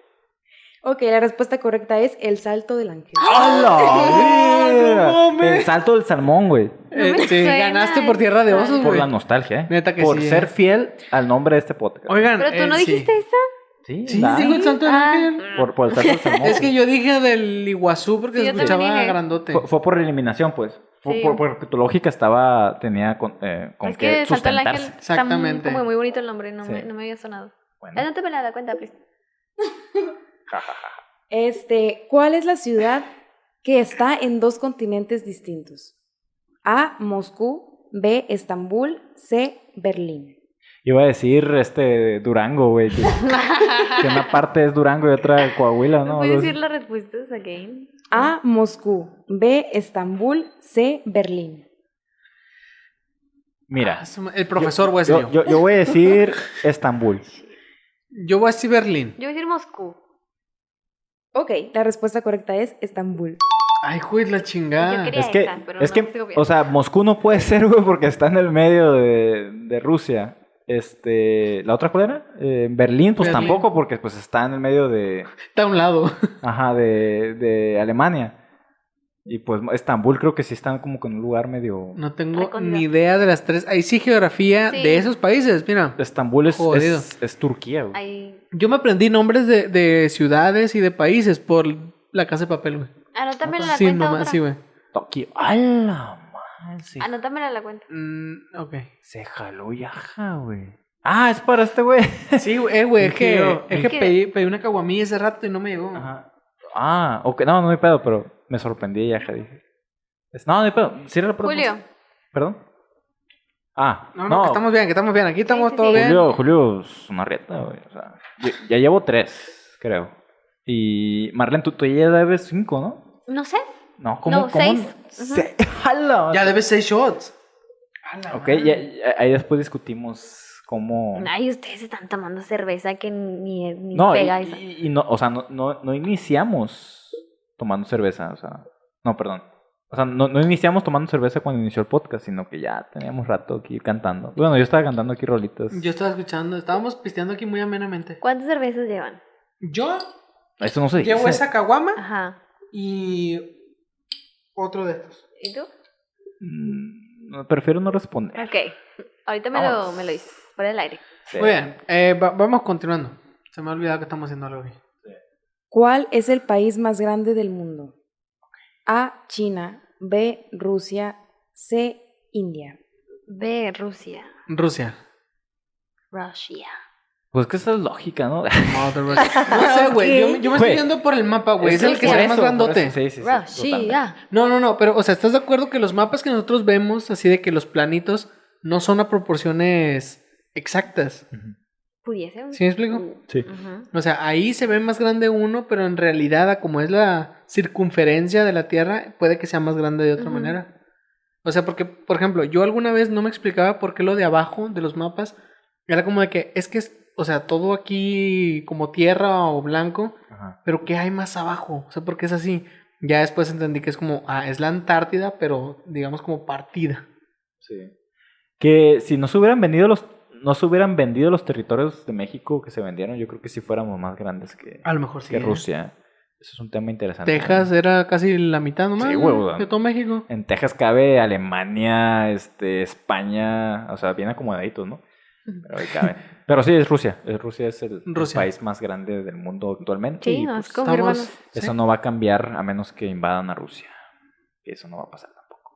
S4: Ok, la respuesta correcta es el salto del ángel.
S1: ¡Ah, no
S2: ¡Hala!
S1: mames!
S2: El salto del salmón, güey.
S3: No me
S1: Eh, sí,
S3: suena
S1: ganaste
S3: el
S1: por tierra de
S3: patrón.
S1: osos,
S2: Por
S1: güey.
S2: la nostalgia, ¿eh?
S1: Neta que
S2: Por
S1: sí,
S2: ser
S1: ¿eh?
S2: fiel al nombre de este podcast.
S1: Oigan,
S3: Pero tú
S1: eh,
S3: no
S1: sí.
S3: dijiste esa.
S2: Sí,
S1: Sí,
S2: la-
S1: digo el santo del
S3: Ah.
S1: ángel.
S2: por, por el salto del salmón.
S1: Es que yo dije del Iguazú porque
S3: Sí, yo también
S1: escuchaba
S3: dije.
S1: grandote.
S2: Fue, fue por eliminación, pues. Fue
S3: Sí.
S2: por- porque tu lógica estaba, tenía con, eh, con
S3: es
S2: que,
S3: que Salto el
S2: sustentarse.
S3: Ángel está muy-
S1: Exactamente.
S3: como muy bonito el nombre, no,
S2: Sí.
S3: me, no me había sonado.
S2: Bueno,
S3: Ah, no te me la da cuenta, please.
S2: ja, ja, ja.
S4: Este, ¿cuál es la ciudad que está en dos continentes distintos? A, Moscú, B, Estambul, C, Berlín.
S2: Iba a decir este Durango, güey. Que, que una parte es Durango y otra Coahuila,
S3: ¿Me
S2: ¿no?
S3: puedes
S2: Algo así.
S3: decir las respuestas again?
S4: A, Moscú, B, Estambul, C, Berlín.
S2: Mira,
S1: Ah, su ma- El profesor voy a decir
S2: yo,
S1: yo.
S2: yo, yo voy a decir Estambul.
S1: Yo voy a decir Berlín.
S3: Yo voy a decir Moscú.
S4: Ok, la respuesta correcta es Estambul.
S1: Ay, juez, la chingada.
S3: Yo quería-
S2: Es que,
S3: esa, pero
S2: es
S3: no
S2: que
S3: estoy bien.
S2: o sea, Moscú no puede ser, güey, porque está en el medio de, de Rusia. Este, ¿la otra cuál era? Eh, Berlín, pues
S1: Berlín.
S2: tampoco, porque pues está en el medio de,
S1: Está a un lado.
S2: ajá, de, de Alemania. Y pues Estambul creo que sí están como que en un lugar medio...
S1: No tengo
S3: Recóndito.
S1: ni idea de las tres. Ahí sí geografía
S3: Sí.
S1: de esos países, mira.
S2: Estambul es,
S1: Jodido.
S2: es, es Turquía, güey.
S3: Ahí.
S1: Yo me aprendí nombres de, de ciudades y de países por la casa de papel, güey.
S3: Anótame la
S1: Sí,
S3: cuenta.
S1: nomás,
S3: otra.
S1: sí, güey.
S2: Tokio. ¡A la madre! Se,
S3: Anótamela la cuenta.
S1: Mm, ok.
S2: se jaló y ajá, güey. Ah, es para este güey.
S1: Sí, güey, eh, güey, es que,
S2: Quiero-
S1: es que
S3: Quiero-
S1: pedí, pedí una caguamilla ese rato y no me llegó.
S2: Ajá. Ah, ok. No, no hay pedo, pero me sorprendí y ajá, dije. Es- No, no hay pedo. Cierra la pregunta.
S3: Julio.
S2: ¿Perdón? Ah,
S1: No, no, que estamos bien, que estamos bien. Aquí estamos
S3: sí,
S1: todo
S3: sí.
S1: bien.
S2: Julio, Julio es una reta, güey. O sea, yo- ya llevo tres, creo. Y Marlene, tú, tú ya debes cinco, ¿no?
S3: No sé.
S2: No, ¿cómo?
S3: No,
S2: cómo?
S3: seis.
S2: Se- ¡Jala!
S1: Ya debes seis shots.
S2: Ok, ya- ya- ahí después discutimos cómo...
S3: Ay, ustedes están tomando cerveza que ni, ni
S2: No, y,
S3: pega esa.
S2: y- y no, o sea, no, no, no iniciamos tomando cerveza, o sea, no, perdón. O sea, no, no iniciamos tomando cerveza cuando inició el podcast, sino que ya teníamos rato aquí cantando. Bueno, yo estaba cantando aquí rolitas.
S1: Yo estaba escuchando, estábamos pisteando aquí muy amenamente.
S3: ¿Cuántas cervezas llevan?
S1: Yo
S2: Eso no se dice.
S1: llevo esa caguama
S3: Ajá.
S1: y otro de estos.
S3: ¿Y tú?
S2: Mm, No, Prefiero no responder.
S3: Ok. Ahorita me lo,
S2: Vamos.
S3: me lo dices. Por el aire.
S2: Sí.
S1: Muy bien, eh, va- vamos continuando. Se me ha olvidado que estamos haciendo algo aquí.
S4: ¿Cuál es el país más grande del mundo? A. China. B. Rusia. C. India.
S3: B. Rusia.
S1: Rusia.
S3: Rusia.
S2: Pues que esa es lógica, ¿no?
S1: Mother Russia. No sé, güey. Yo, yo me estoy
S2: Güey.
S1: yendo por el mapa, güey. Es el que
S2: por
S1: se ve
S2: eso,
S1: más
S2: por
S1: grandote.
S2: eso, Sí, sí, sí, totalmente.
S3: Rusia.
S1: No, no, no, pero, o sea, ¿estás de acuerdo que los mapas que nosotros vemos, así de que los planitos, no son a proporciones exactas?
S2: Ujú.
S3: Pudiese.
S1: ¿Sí me explico?
S2: Sí.
S3: Ujú.
S1: O sea, ahí se ve más grande uno, pero en realidad, a como es la circunferencia de la Tierra, puede que sea más grande de otra
S3: Ujú.
S1: manera. O sea, porque, por ejemplo, yo alguna vez no me explicaba por qué lo de abajo de los mapas era como de que es que es, o sea, todo aquí como tierra o blanco,
S2: Ajá.
S1: pero ¿qué hay más abajo? O sea, porque es así. Ya después entendí que es como, ah, es la Antártida, pero digamos como partida.
S2: Sí. Que si nos hubieran vendido los nos hubieran vendido los territorios de México que se vendieron, yo creo que sí fuéramos más grandes que,
S1: A lo mejor sí.
S2: que
S1: ¿eh?
S2: Rusia. Eso es un tema interesante.
S1: Texas era casi la mitad nomás
S2: Sí,
S1: ¿no?
S2: huevo. Eh,
S1: de todo México.
S2: En Texas cabe Alemania, este, España, o sea, bien acomodaditos, ¿no? Pero ahí cabe. Pero sí, es Rusia. Es Rusia es el, el
S1: Rusia.
S2: país más grande del mundo actualmente.
S3: Sí,
S2: y,
S3: nos
S2: pues,
S3: confirman.
S1: estamos- sí.
S2: Eso no va a cambiar a menos que invadan a Rusia. Eso no va a pasar tampoco.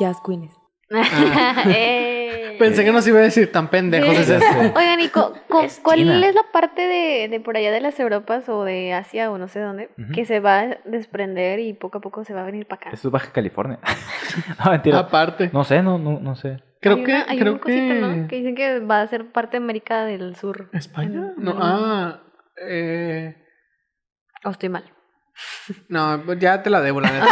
S4: Jazz Queens.
S1: Ah.
S3: Eh.
S1: Pensé que nos iba a decir tan pendejos
S3: Sí.
S1: es
S2: Ya
S1: esto.
S2: sé.
S3: Oigan, ¿y co- co-
S2: Es
S3: cuál
S2: China.
S3: es la parte de, de por allá de las Europas o de Asia o no sé dónde
S2: Ujú.
S3: que se va a desprender y poco a poco se va a venir para acá?
S2: Esto es Baja California. no, mentira.
S1: Aparte.
S2: No sé, no, no, no sé.
S1: Creo
S3: hay
S1: que.
S3: una, hay
S1: creo
S3: una cosita,
S1: que...
S3: ¿no? Que dicen que va a ser parte de América del Sur.
S1: ¿España?
S3: En-
S1: No,
S3: en-
S1: ah. eh,
S3: O estoy mal.
S1: no, pues ya te la debo, la neta.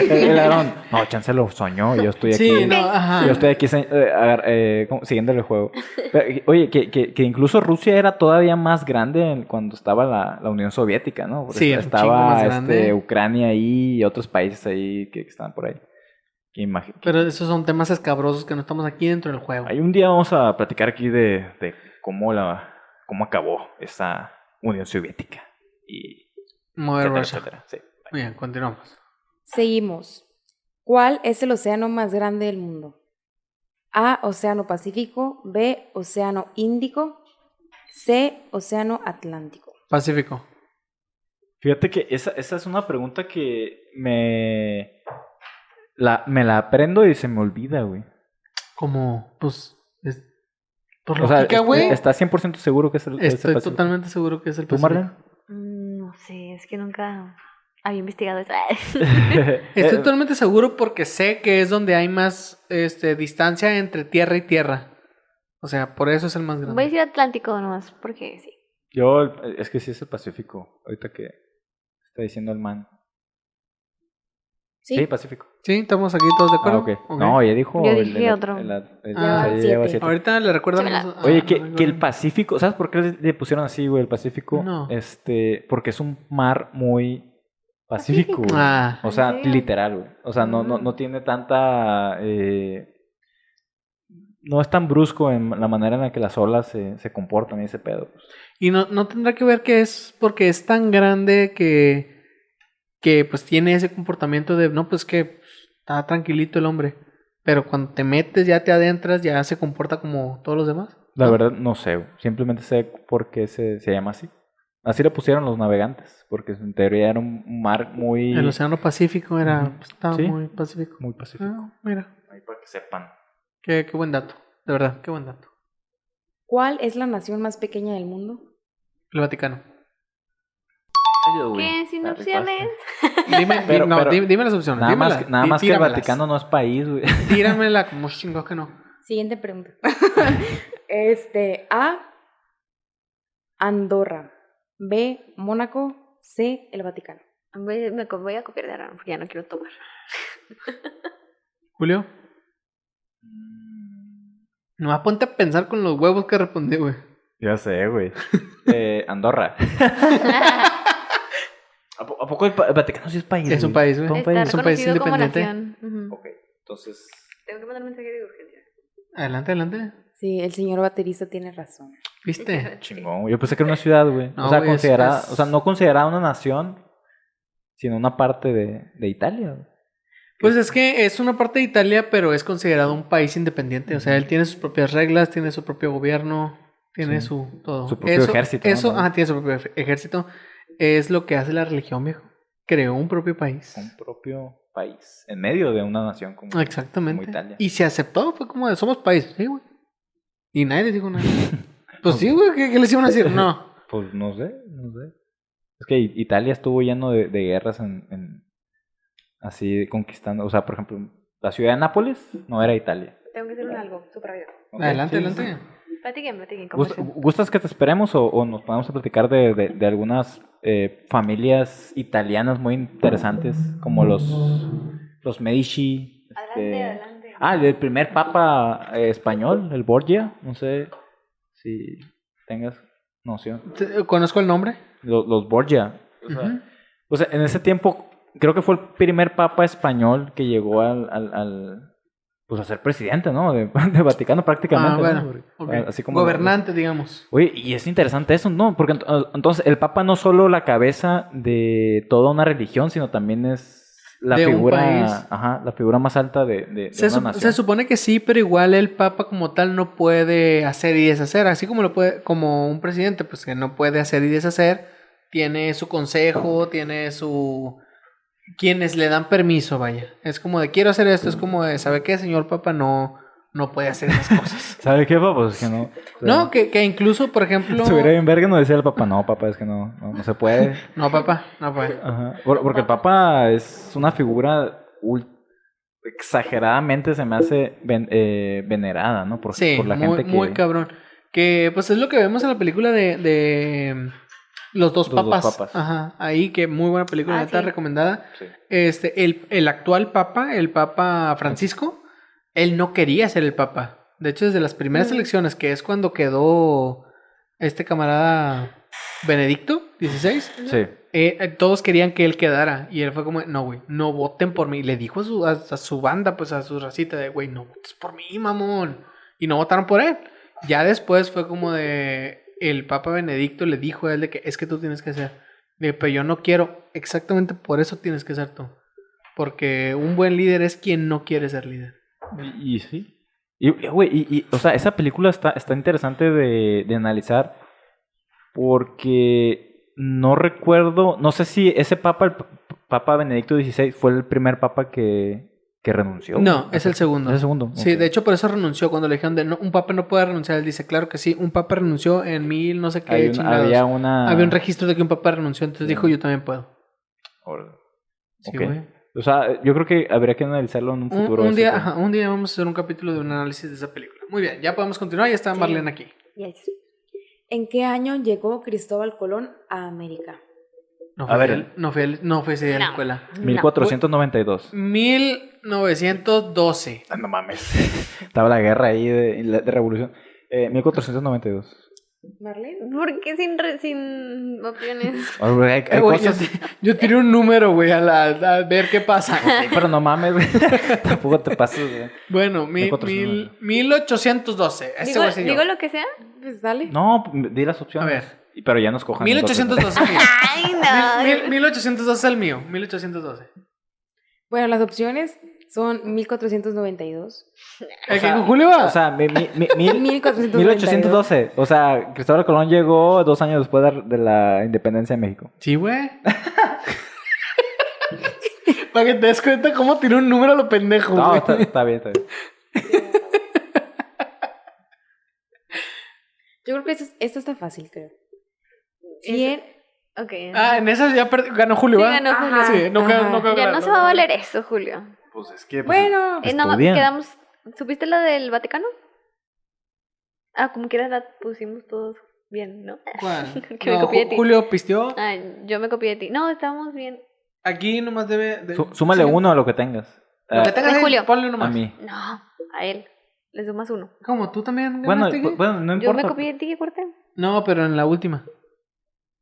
S2: El, el ladrón. No, chance lo soñó. Yo estoy aquí.
S1: Sí, no, ajá.
S2: Yo estoy aquí se- eh, agar- eh, como siguiendo el juego. Pero, oye, que, que- que incluso Rusia era todavía más grande en- cuando estaba la, la Unión Soviética, ¿no? Porque
S1: Sí, era un chingo
S2: estaba
S1: más grande.
S2: este, Ucrania ahí y otros países ahí que, que estaban por ahí. Que imagi-
S1: Pero esos son temas escabrosos que no estamos aquí dentro del juego.
S2: Ahí un día vamos a platicar aquí de, de cómo, la, cómo acabó esa Unión Soviética. Y
S1: Mover
S2: etcétera,
S1: Russia.
S2: etcétera. Sí.
S1: Muy bien, continuamos.
S4: Seguimos. ¿Cuál es el océano más grande del mundo? A. Océano Pacífico. B. Océano Índico. C. Océano Atlántico.
S1: Pacífico.
S2: Fíjate que esa, esa es una pregunta que me la, me la aprendo y se me olvida, güey.
S1: Como, pues. es- por
S2: O sea,
S1: lógica,
S2: est-
S1: güey.
S2: está 100% seguro que es el es el
S1: Estoy
S2: Pacífico.
S1: totalmente seguro que es el
S2: ¿Tú, Marlene?
S1: Pacífico.
S3: Mm, No sé, es que nunca había investigado eso.
S1: Estoy
S2: Eh,
S1: totalmente seguro porque sé que es donde hay más este, distancia entre tierra y tierra. O sea, por eso es el más grande.
S3: Voy a decir Atlántico nomás, porque sí.
S2: Yo, el- es que sí es el Pacífico. Ahorita que está diciendo el man. Sí, Pacífico.
S1: Sí, estamos aquí todos de
S2: Ah,
S1: acuerdo.
S2: ok.
S1: Ok.
S2: No, ya dijo.
S3: Yo
S2: el-
S3: dije
S2: el-
S3: otro.
S2: el- el-
S1: Ah,
S2: o sea, lleva
S4: siete.
S2: siete.
S1: Ahorita ah, le recuerdo.
S3: Chámela.
S2: Oye, que, que el Pacífico, ¿sabes por qué le le pusieron así, güey, el Pacífico?
S1: No.
S2: Este, porque es un mar muy pacífico, güey.
S1: Ah,
S2: O sea,
S3: ¿En serio?
S2: literal, güey. O sea, no, no, no tiene tanta. eh, no es tan brusco en la manera en la que las olas se, se comportan y ese pedo. pues.
S1: y no, no tendrá que ver que es porque es tan grande que, que pues tiene ese comportamiento de, no, pues que pues, está tranquilito el hombre. Pero cuando te metes, ya te adentras, ya se comporta como todos los demás.
S2: La
S1: ¿No?
S2: verdad, no sé. güey. Simplemente sé por qué se, se llama así. Así le pusieron los navegantes, porque en teoría era un mar muy,
S1: El Océano Pacífico era,
S2: Ujú.
S1: pues, estaba
S2: Sí.
S1: muy pacífico.
S2: muy pacífico.
S1: Ah, mira,
S2: Ahí para que sepan.
S1: qué, qué buen dato. De verdad, qué buen dato.
S4: ¿Cuál es la nación más pequeña del mundo?
S1: El Vaticano.
S3: ¿Qué? ¿Sin opciones?
S1: Dime,
S2: Pero-
S1: no,
S2: pero-
S1: dime, dime las opciones.
S2: Nada más,
S1: dímelas,
S2: nada
S1: di-
S2: más que el
S1: tíramelas.
S2: Vaticano no es país, güey.
S1: Tíramela como chingados que no.
S4: Siguiente pregunta. este, A. Andorra. B. Mónaco. C. El Vaticano.
S3: Voy, me co- voy a copiar de Aaron porque ya no quiero tomar.
S1: Julio.
S2: Mm.
S1: Nomás ponte a pensar con los huevos que respondí, güey.
S2: Ya sé, güey. Eh, Andorra. ¿A, po- a poco el, pa- el Vaticano sí es país?
S1: Es un
S2: güey?
S1: país, güey.
S2: Todo un
S3: Está
S2: país.
S1: Es un país
S3: reconocido como
S1: independiente.
S3: nación. Ujú.
S2: Ok, entonces...
S3: Tengo que mandar un mensaje de urgencia.
S1: Adelante, adelante.
S4: Sí, el señor baterista tiene razón.
S1: ¿Viste?
S2: Chingón. Yo pensé que era una ciudad, güey.
S1: No,
S2: o sea,
S1: güey, es-
S2: considerada...
S1: es-
S2: O sea, no considerada una nación, sino una parte de, de Italia. güey.
S1: Pues es que es una parte de Italia, pero es considerado un país independiente. O sea, él tiene sus propias reglas, tiene su propio gobierno, tiene
S2: Sí.
S1: su todo.
S2: Su propio
S1: Eso-
S2: ejército, ¿no?
S1: Eso,
S2: También.
S1: ah, tiene su propio ej- ejército. Es lo que hace la religión, viejo. Creó un propio país.
S2: Un propio país. En medio de una nación como,
S1: Exactamente.
S2: como Italia.
S1: Y se aceptó, fue como de somos país. Sí, güey. Y nadie le dijo nada. pues sí, güey, ¿qué, qué les iban a decir? No.
S2: Pues no sé, no sé. Es que I- Italia estuvo lleno de, de guerras en, en- Así conquistando. O sea, por ejemplo, la ciudad de Nápoles no era Italia.
S3: Tengo que hacer un algo, súper rápido.
S2: Ok,
S1: adelante,
S2: sí, sí,
S1: adelante.
S2: sí.
S3: Platiquen, platiquen.
S2: Gust- ¿Gustas que te esperemos o, o nos podemos platicar de, de- de algunas eh, familias italianas muy interesantes, como los, los Medici? este-
S3: adelante.
S2: Ah, el primer papa eh, español, el Borgia. No sé si tengas noción.
S1: Te- Conozco el nombre.
S2: Lo- Los, Borgia. O sea,
S1: Ujú.
S2: o sea, en ese tiempo, creo que fue el primer papa español que llegó al, al, al- pues a ser presidente, ¿no? De, de Vaticano prácticamente.
S1: Ah,
S2: ¿no?
S1: bueno.
S2: Porque-
S1: ok.
S2: Así como
S1: Gobernante, digamos.
S2: Oye, y es interesante eso, ¿no? Porque ent- entonces el Papa no solo la cabeza de toda una religión, sino también es la
S1: De un
S2: figura,
S1: país.
S2: ajá, la figura más alta de, de- de
S1: Se,
S2: una
S1: sup-
S2: nación.
S1: se supone que sí, pero igual el Papa como tal no puede hacer y deshacer, así como lo puede, como un presidente, pues que no puede hacer y deshacer, tiene su consejo, tiene su quienes le dan permiso, vaya. Es como de quiero hacer esto, es como de sabe qué, señor Papa no no puede hacer esas cosas.
S2: ¿Sabe qué, papá? Pues es que no. o sea,
S1: no, que, que incluso, por ejemplo,
S2: Estuviera bien verga no decía el papá, no, papá, es que no, no, no se puede.
S1: no, papá, no puede.
S2: Ajá. Por- Porque el papá es una figura ul- exageradamente se me hace ven- eh, venerada, ¿no? Por,
S1: Sí,
S2: por la
S1: muy,
S2: gente que...
S1: muy cabrón. Que pues es lo que vemos en la película de, de Los dos
S2: Los dos
S1: papas.
S2: papas.
S1: Ajá, ahí que muy buena película,
S3: Ah,
S1: neta,
S3: sí.
S1: recomendada.
S2: Sí.
S1: Este, el, el actual papa, el papa Francisco, él no quería ser el papa. De hecho, desde las primeras
S3: Mm.
S1: elecciones, que es cuando quedó este camarada Benedicto, 16,
S2: Sí.
S1: eh, eh, todos querían que él quedara. Y él fue como, no, güey, no voten por mí. Y le dijo a su, a, a su banda, pues a su racita, de, güey, no votes por mí, mamón. Y no votaron por él. Ya después fue como de, el Papa Benedicto le dijo a él de que es que tú tienes que ser. De, pero yo no quiero, exactamente por eso tienes que ser tú. Porque un buen líder es quien no quiere ser líder.
S2: Y, y sí. Y, y, güey, y- y, o sea, esa película está, está interesante de, de analizar porque no recuerdo, no sé si ese papa, el p- papa Benedicto XVI, fue el primer papa que, que renunció.
S1: No, es el segundo.
S2: Es el segundo.
S1: Sí,
S2: ok.
S1: de hecho por eso renunció cuando le dijeron de no, un papa no puede renunciar. Él dice, claro que sí, un papa renunció en mil no sé qué
S2: Hay una-
S1: chingados.
S2: había una...
S1: Había un registro de que un papá renunció, entonces
S2: Sí.
S1: dijo yo también puedo.
S2: Órale.
S1: Sí,
S2: Ok.
S1: güey.
S2: O sea, yo creo que habría que analizarlo en un
S1: Un,
S2: futuro. este
S1: un
S2: ese
S1: día,
S2: tema.
S1: ajá, un día vamos a hacer un capítulo de un análisis de esa película. Muy bien, ya podemos continuar, ya está
S3: Sí.
S1: Marlene aquí.
S3: Yes.
S4: ¿En qué año llegó Cristóbal Colón a América?
S1: No
S2: A
S1: fue,
S2: ver.
S1: fiel- no, fue, el- no fue ese día de la
S3: No.
S1: escuela.
S2: 1492.
S1: 1912.
S2: Ah, No mames. Estaba la guerra ahí de, de revolución. Eh, 1492.
S4: Marlene.
S3: ¿Por qué sin, re- sin opciones?
S2: Ay, güey, hay- hay
S1: Eh, güey,
S2: cosas-
S1: yo, yo tiré un número, güey, a, la- a ver qué pasa.
S2: Sí, pero no mames, güey. Tampoco te pases, güey.
S1: Bueno, mi-
S2: 1409.
S1: mil- 1812. Ese
S3: ¿Digo,
S1: güey soy yo.
S3: digo lo que sea?
S4: Pues dale.
S2: No, di las
S1: A
S2: opciones.
S1: ver,
S2: Y- Pero ya nos cojan.
S1: 1812 mío.
S3: Ay, no.
S1: Mil- mil- 1812 es el mío, 1812.
S4: Bueno, las opciones son 1492.
S1: El que
S2: sea,
S1: con Julio va.
S2: O sea, mi- mi- mi- mil-
S4: 1492.
S2: 1812. O sea, Cristóbal Colón llegó dos años después de- de la independencia de México.
S1: Sí, güey. Para que te des cuenta cómo tiene un número a lo pendejo,
S2: No,
S1: güey.
S2: está, está bien, está bien.
S4: Yo creo que esta, esta está fácil, creo.
S3: Esa-
S4: ¿Quién?
S3: Ok.
S1: Ah, en esas ya perdi- ganó Julio,
S3: Sí,
S1: ¿va?
S3: ganó Julio.
S1: Sí, no quedó-
S4: Ajá.
S1: no quedó
S3: ya
S1: ganado.
S3: no se va a valer eso, Julio.
S2: Pues es que.
S4: Bueno,
S3: Eh, no,
S2: Estudia.
S3: quedamos. ¿Supiste la del Vaticano? Ah, como quiera la pusimos todos bien, ¿no?
S1: ¿Cuál?
S3: Que me
S1: No,
S3: copié
S1: Ju-
S3: de ti.
S1: Julio pisteó.
S3: Ah, yo me copié de ti. No, estábamos bien.
S1: Aquí nomás debe. de-
S2: súmale
S1: sí.
S2: uno a lo que tengas.
S1: Lo que
S2: Ah,
S1: tengas
S3: De
S1: ahí,
S3: Julio.
S1: Ponle uno
S2: a
S1: más.
S2: mí.
S3: No, a él. Le sumas uno.
S1: ¿Cómo? ¿Tú también
S2: Bueno,
S1: ganaste?
S2: pu-
S1: qué?
S2: bueno, no
S3: Yo
S2: importa.
S3: me copié de ti, ¿qué corté?
S1: No, pero en la última.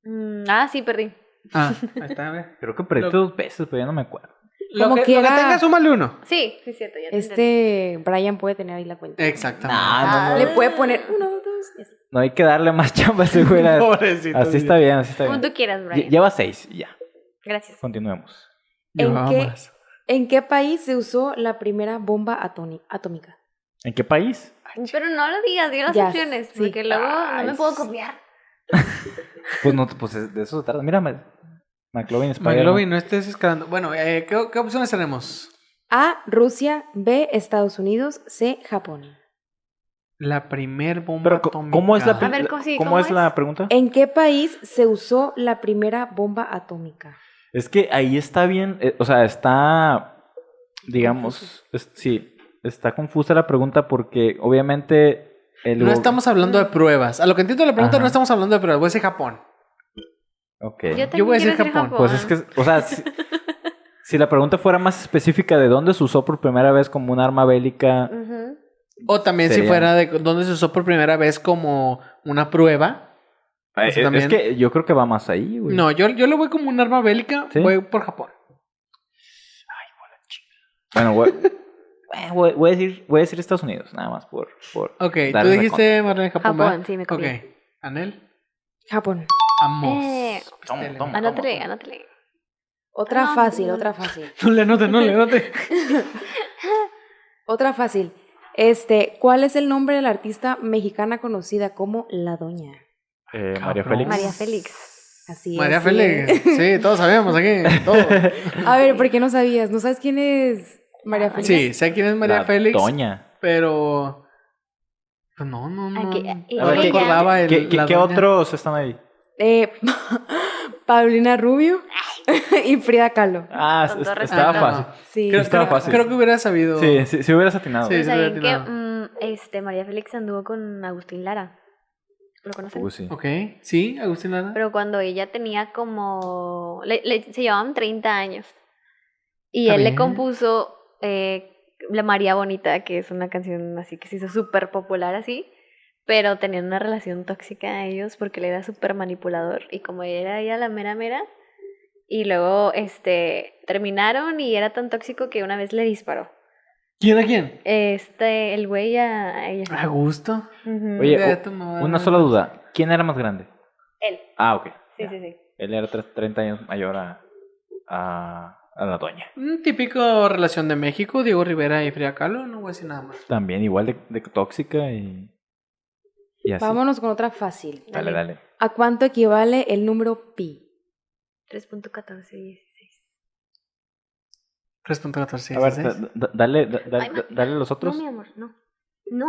S3: Mm, ah, sí, perdí.
S1: Ah, ahí está, a ver.
S2: Creo que perdí
S1: Lo-
S2: dos veces, pero ya no me acuerdo.
S1: Lo
S4: Como
S1: que, lo que
S4: quiera.
S1: tengas, súmale uno.
S3: Sí, sí, cierto. Ya te entendí.
S4: este Brian puede tener ahí la
S1: Eh,
S4: cuenta.
S1: Exactamente.
S2: Ah,
S4: Le puede poner uno, dos, y así.
S2: No hay que darle más chamba, segura.
S1: Pobrecito.
S2: así está bien, así está
S3: Como
S2: bien.
S3: tú quieras,
S2: Lle-
S3: Brian.
S2: Lleva seis, y ya.
S3: Gracias.
S2: Continuemos.
S4: ¿En
S1: Llevaba
S4: qué?
S1: más.
S4: ¿En qué país se usó la primera bomba atoni- atómica?
S2: ¿En qué país?
S3: Pero no lo digas, di las
S4: Ya,
S3: opciones,
S4: sí.
S3: porque luego no me
S2: Ay,
S3: puedo
S2: sí.
S3: copiar.
S2: Pues no, pues es- de eso se trata. Mira, Ma- McLovin Spider-Man.
S1: McLovin, no estés escalando. Bueno, eh, ¿qué, qué opciones tenemos?
S4: A. Rusia. B. Estados Unidos. C. Japón.
S1: La primer bomba
S2: Pero co-
S1: atómica.
S2: ¿cómo es la,
S3: A
S2: pe-
S3: ver,
S2: la-
S3: ¿cómo- sí,
S2: ¿cómo
S3: cómo
S2: es
S3: es? Eh.
S2: la pregunta?
S4: ¿En qué país se usó la primera bomba atómica?
S2: Es que ahí está bien, eh, o sea, está, digamos, es- sí, está confusa la pregunta porque obviamente... El
S1: No
S2: go-
S1: estamos hablando de pruebas. A lo que entiendo de la pregunta,
S2: Ajá.
S1: no estamos hablando de pruebas. Voy a decir Japón.
S2: Ok.
S1: Yo voy a
S3: también
S1: decir
S3: quiero
S1: Japón.
S2: Pues es que, o sea, si, si la pregunta fuera más específica de dónde se usó por primera vez como un arma bélica,
S3: Ujú.
S1: O también si
S2: Sería-
S1: fuera de donde se usó por primera vez como una prueba. O sea,
S2: eh, es
S1: también-
S2: que yo creo que va más ahí, güey.
S1: No, yo, yo lo voy como un arma bélica.
S2: ¿Sí?
S1: Voy por Japón.
S2: Bueno, voy, eh, voy- voy a decir, voy a decir Estados Unidos, nada más por... por
S1: Ok,
S2: darle
S1: tú
S2: la
S1: dijiste, Marlene, Japón.
S3: Japón,
S1: ¿verdad?
S3: sí, me
S1: Ok.
S3: copié.
S1: Anel.
S4: Japón.
S1: Amos.
S3: Eh,
S2: Toma,
S1: Pistele.
S2: toma.
S3: Anótale, anótale.
S4: Otra
S3: Ah,
S4: fácil,
S3: bueno.
S4: otra fácil.
S1: No le anote, no le anote.
S4: Otra fácil. Este, ¿cuál es el nombre de la artista mexicana conocida como La Doña?
S2: Eh, María
S1: Ah, Cabrón.
S2: Félix.
S3: María Félix.
S4: Así es,
S1: María
S4: sí es.
S1: Félix. Sí, todos sabemos aquí. Todos.
S4: A ver, ¿por qué no sabías? ¿No sabes quién es María Félix?
S1: Sí, sé quién es María
S2: La
S1: Félix.
S2: Doña.
S1: Pero. Pues no,
S4: Mm.
S1: no, no.
S3: Aquí- eh,
S1: no
S2: A ver, ¿qué-
S1: recordaba el.
S2: ¿Qué, qué-
S1: la
S2: qué
S1: doña.
S2: otros están ahí?
S4: Eh, Paulina Rubio y Frida Kahlo.
S2: Ah,
S3: Con
S2: es-
S3: todo
S1: respeto.
S2: estaba fácil.
S4: Sí.
S1: Creo,
S2: Estaba
S1: creo-
S2: fácil.
S1: creo que hubiera sabido.
S2: Sí, sí, si hubieras atinado.
S1: Sí,
S3: Pues
S1: sí, lo
S3: saben
S1: había
S3: que
S1: atinado.
S3: mm, este, María Félix anduvo con Agustín Lara. ¿Lo conocen?
S2: Uy, sí.
S1: Ok, sí, Agustín Lara.
S3: Pero cuando ella tenía como... le- le- se llevaban 30 años. Y
S1: Está
S3: él
S1: bien.
S3: le compuso eh, La María Bonita, que es una canción así que se hizo súper popular así. Pero tenían una relación tóxica ellos porque él era súper manipulador. Y como era ella la mera mera... Y luego, este, terminaron y era tan tóxico que una vez le disparó.
S1: ¿Quién a quién?
S3: Este, el güey a a ella.
S1: A gusto.
S3: Ujú.
S2: Oye,
S1: Vea
S2: o-
S1: tu madre.
S2: Una sola duda. ¿Quién era más grande?
S3: Él.
S2: Ah, ok.
S3: Sí,
S2: Ya.
S3: sí, sí.
S2: Él era tre- 30 años mayor a, a, a la doña.
S1: Un típico relación de México, Diego Rivera y Frida Kahlo, no voy a decir nada más.
S2: También igual de, de tóxica y, y así.
S4: Vámonos con otra fácil.
S2: Dale, dale.
S4: ¿A cuánto equivale el número pi?
S3: 3.1416.
S1: 3.14.
S2: A ver,
S1: ¿sí?
S2: da- da- dale, da- da-
S3: Ay, ma-
S2: dale los
S3: No,
S2: otros.
S3: mi amor, no. No.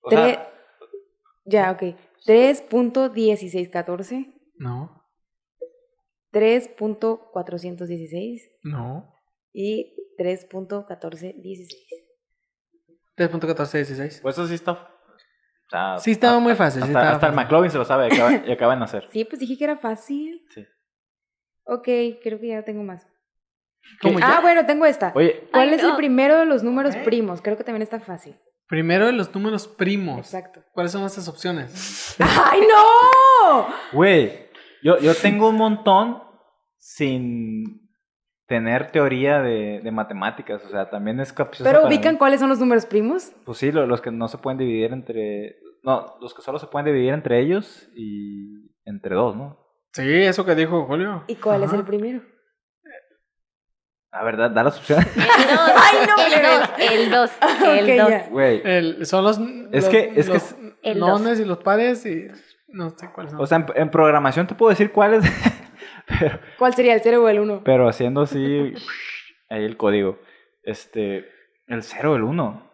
S2: O sea,
S4: Tre- Ya, ok. 3.1614,
S1: No,
S4: 3.416
S1: no.
S4: y 3.1416.
S1: 3.1416.
S2: pues eso sí está. o sea,
S1: Sí, estaba muy fácil. sí
S2: Hasta,
S1: estaba
S2: hasta el
S1: fácil.
S2: McLovin se lo sabe y acaba, y acaba de nacer.
S4: Sí, pues dije que era fácil.
S2: Sí.
S4: Ok, creo que ya tengo más.
S1: ¿Cómo ya?
S4: Ah, bueno, tengo esta.
S2: Oye,
S4: ¿Cuál
S3: Ay,
S4: es el
S3: no.
S4: primero de los números
S1: Ok.
S4: primos? Creo que también está fácil.
S1: Primero de los números primos.
S4: Exacto.
S1: ¿Cuáles son nuestras opciones?
S4: ¡Ay, no!
S2: Pues Güey, yo, yo tengo un montón sin tener teoría de, de matemáticas. O sea, también es capcioso.
S4: ¿Pero
S2: para mí.
S4: ubican cuáles son los números primos?
S2: Pues sí, lo- los que no se pueden dividir entre. No, los que solo se pueden dividir entre ellos y entre dos, ¿no?
S1: Sí, eso que dijo Julio.
S4: ¿Y cuál es
S1: Ajá.
S4: el primero?
S2: La verdad, da las opciones.
S3: El 2.
S4: Ay, no, Ah,
S3: el 2. El 2.
S4: Ok,
S3: El 2.
S4: ya.
S2: Güey,
S1: El- son los.
S2: Es
S1: los-
S2: que- es que
S1: los
S2: es-
S3: El dos.
S1: nones y los pares y. No sé cuáles son.
S2: o sea, en, en programación te puedo decir cuáles, pero,
S4: ¿Cuál sería el 0 o el 1?
S2: pero haciendo así. Ahí el código. Este. El 0, el 1.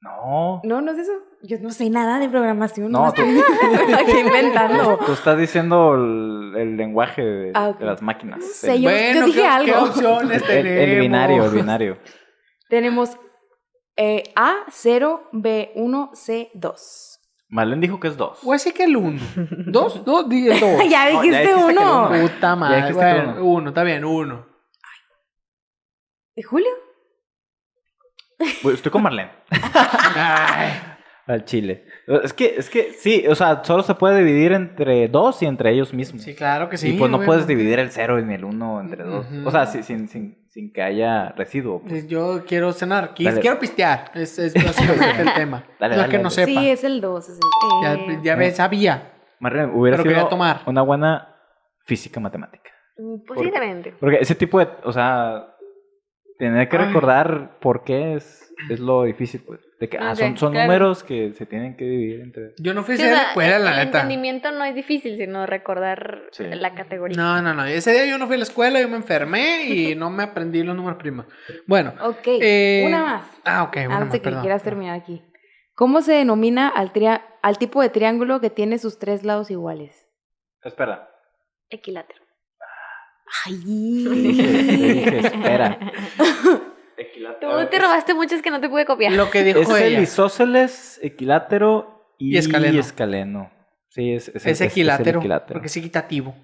S2: No.
S4: No, no es eso. Yo no sé nada de programación.
S2: No,
S4: más
S2: tú,
S4: Aquí inventando.
S2: tú estás diciendo el, el lenguaje de,
S4: Ah, ok.
S2: de las máquinas.
S4: No sé,
S2: el,
S4: yo- dije
S1: ¿qué,
S4: algo.
S1: ¿Qué opciones
S2: el-
S1: tenemos?
S2: el binario, el binario.
S4: Tenemos eh, A0, B1, C2.
S2: Malén dijo que es 2.
S1: Voy a decir que el 1. ¿Dos? ¿Dos? Dije dos.
S4: ya
S2: No, ya
S4: dijiste
S2: dijiste que
S4: uno.
S2: el uno.
S1: Puta madre.
S2: dijiste
S1: Bueno,
S2: que
S1: uno. está bien, uno.
S4: ¿De Julio?
S2: Estoy con Marlene.
S1: Ay,
S2: Al chile. Es que, es que sí, o sea, solo se puede dividir entre dos y entre ellos mismos.
S1: sí, claro que sí.
S2: y pues no
S1: güey.
S2: puedes dividir el cero ni el uno entre dos.
S1: Ujú.
S2: O sea, sí, sin, sin, sin que haya residuo. pues.
S1: Yo quiero cenar, quis-
S2: Dale.
S1: quiero pistear. Es, es básicamente el tema. no
S2: Dale,
S1: es
S2: dale,
S1: que no
S2: dale.
S1: sepa.
S4: Sí, es el 2.
S3: Eh,
S1: Ya, pues, ya ves, sabía.
S2: Marlene, hubiera
S1: Pero quería
S2: sido
S1: tomar.
S2: una buena física matemática.
S3: Mm, Posiblemente.
S2: Porque ese tipo de, o sea, tener que
S1: Ay.
S2: recordar por qué es, es lo difícil, pues. De que, ah, son,
S3: Ok,
S2: son
S3: claro.
S2: números que se tienen que dividir entre...
S1: Yo no fui
S3: Sí,
S1: ese
S3: o
S1: día a
S3: sea,
S1: la escuela,
S3: el,
S1: la
S3: el
S1: neta.
S3: entendimiento no es difícil, sino recordar
S2: Sí.
S3: la categoría.
S1: No, no, no. Ese día yo no fui a la escuela, yo me enfermé y no me aprendí los números primos. Bueno.
S4: Ok,
S1: eh,
S4: una más.
S1: Ah, ok, una más,
S4: Antes de que
S1: perdón.
S4: quieras terminar aquí. ¿Cómo se denomina al, tria- al tipo de triángulo que tiene sus tres lados iguales?
S2: Espera.
S3: Equilátero.
S2: Te dije, te dije, espera.
S3: Tú te robaste muchas que no te pude copiar.
S1: Lo que dijo
S2: Es el
S1: ella.
S2: isósceles, equilátero y,
S1: Y escaleno.
S2: escaleno. Sí, es, es,
S1: Es
S2: el
S1: equilátero,
S2: equilátero.
S1: porque es equitativo.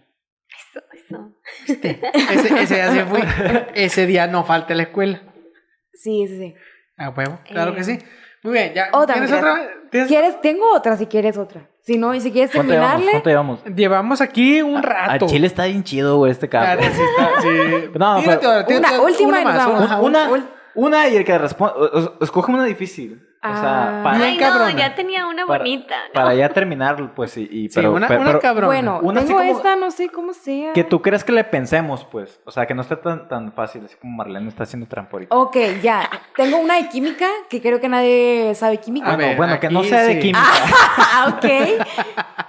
S3: Eso, eso.
S1: ¿Viste? Ese, ese día sí fui. Ese día no falté a la escuela.
S4: Sí, sí, sí.
S1: A huevo, claro que
S3: Eh.
S1: sí. Muy bien, ya.
S4: Otra,
S1: ¿Tienes
S4: mira.
S1: otra? ¿Tienes-
S4: ¿Quieres? Tengo otra si quieres otra. Si no, y si quieres
S2: ¿Cuánto llevamos?
S4: terminarle,
S2: ¿Cuánto llevamos?
S1: Llevamos aquí un
S2: A-
S1: rato.
S2: A Chile está bien chido, güey, este
S1: La
S2: cabrón.
S1: neta, sí está- sí.
S2: No, pero-
S1: Tírate ahora, tírate
S4: una
S1: ahora,
S4: última y
S1: una
S4: nos
S1: más,
S4: vamos.
S1: una-
S4: Ajá,
S2: una,
S4: ul-
S2: una y el que responde. Escoge una difícil. O sea,
S4: Ah.
S2: para,
S1: Bien
S3: Ay,
S1: cabrona.
S3: no, ya tenía una
S2: Para-
S3: bonita.
S2: para ya terminarlo, pues. Y, y-
S1: Sí,
S2: pero,
S1: una,
S2: pero-
S1: una
S2: pero
S1: cabrona.
S4: Bueno,
S2: Una así
S4: tengo
S2: como-
S4: esta, no sé cómo sea.
S2: que tú creas que le pensemos, pues. O sea, que no esté tan, tan fácil, así como Marlene está haciendo trampa ahorita.
S1: Oh,
S4: Ok, ya. Tengo una de química que creo que nadie sabe
S1: A
S4: química.
S2: bueno,
S1: ver,
S2: bueno, que no
S1: aquí
S2: sea de
S1: sí.
S2: química.
S4: Ah, ok.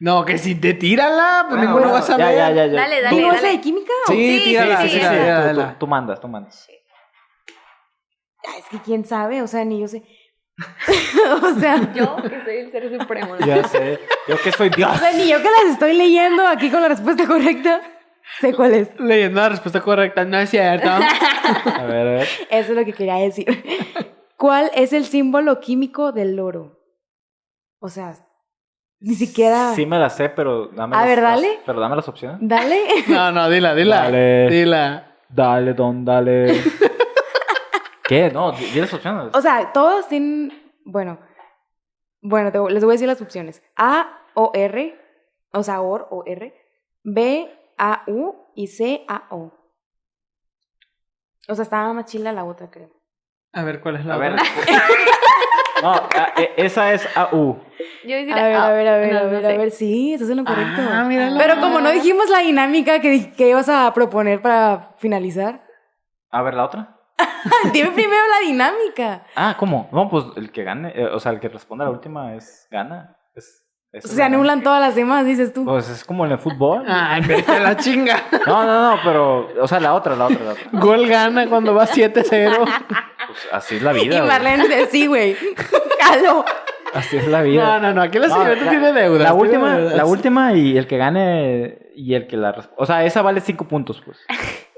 S1: No, que si te tírala, pues
S4: Ah,
S2: Bueno,
S1: ninguno
S2: bueno,
S1: va a saber.
S2: ya, ya, ya, ya.
S3: Dale, dale,
S4: ¿Digo
S3: dale.
S4: esa de química?
S1: Sí,
S3: Sí,
S1: tírala,
S3: sí, sí,
S1: tírala,
S3: sí.
S1: tírala,
S2: Tú- tú,
S1: tírala.
S2: tú mandas, tú mandas.
S4: Ah, es que quién sabe, o sea, ni yo sé. o sea,
S3: Yo, que soy el ser supremo. ¿no?
S2: Ya sé. Yo que soy
S4: o
S2: Dios.
S4: sea, ni yo que las estoy leyendo aquí con la respuesta correcta. Sé cuál es.
S1: Leyendo la respuesta correcta, no es cierto.
S2: A ver, a ver.
S4: Eso es lo que quería decir. ¿Cuál es el símbolo químico del loro? O sea, ni siquiera.
S2: Sí me la sé, pero dame
S4: A
S2: las-
S4: ver,
S2: las-
S4: dale.
S2: pero dame las opciones.
S4: Dale.
S1: No, no, dila, dila.
S2: Dale.
S1: Dila.
S2: Dale, don, dale. ¿Qué? No, di di las opciones.
S4: O sea, todos tienen. Bueno. Bueno, te- les voy a decir las opciones. A, O, R. O sea, OR o R. B, A, U. Y C, A, O. O sea, estaba más chila la otra, creo.
S1: A ver, ¿cuál es la
S2: a ver.
S1: otra?
S2: No, a- e- esa es AU.
S3: Yo
S4: A
S3: decía,
S4: ver, a
S3: ah,
S4: ver, a ver,
S3: no,
S4: a
S3: no
S4: ver,
S3: sé.
S4: a ver. Sí, eso es lo correcto.
S1: Ah, mírala.
S4: Pero como no dijimos la dinámica que, di- que ibas a proponer para finalizar,
S2: A ver, la otra.
S4: dime primero la dinámica.
S2: Ah, ¿cómo? No, pues el que gane, eh, o sea, el que responda a la última es gana. Es, es
S4: O sea,
S2: el
S4: se
S2: gana.
S4: anulan todas las demás, dices tú.
S2: Pues es como en el fútbol.
S1: Ay, vete a la chinga.
S2: No, no, no, pero, o sea, la otra, la otra, la otra.
S1: Gol gana cuando va 7-0.
S2: Pues así es la
S4: Y
S2: vida. güey.
S4: Marlene dice, sí, güey. Calo.
S2: Así es la vida.
S1: No, pues, no, no, aquí la
S2: No,
S1: señorita
S2: la-
S1: tiene deuda.
S2: La última, la última y el que gane y el que la... resp- O sea, esa vale cinco puntos, pues.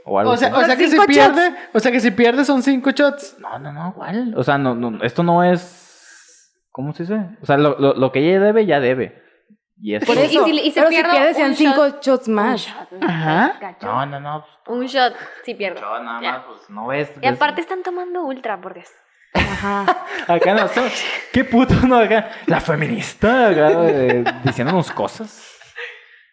S2: O algo
S1: O sea,
S2: así.
S1: o sea que si
S4: Cinco
S1: pierde, o sea que si pierde son 5 shots.
S2: No, no, no, igual. O sea, no, no, esto no es... ¿Cómo se dice? O sea, lo, lo, lo que ella debe, ya debe. Y eso...
S4: Por
S3: Y- y
S4: eso.
S3: si- y si
S4: pero si
S3: pierdo
S4: pierdes,
S3: un
S4: sean cinco shots
S3: Un
S4: más.
S3: shot,
S1: Ajá.
S3: cacho.
S2: No, no, no. pues,
S3: Un shot, si pierdo.
S2: Yo nada
S3: Ya.
S2: más, pues, no ves.
S3: Y aparte están tomando ultra, por Dios.
S4: Ajá.
S2: Acá no, so- qué puto, ¿no? Acá, la feminista, acá, eh, diciéndonos cosas.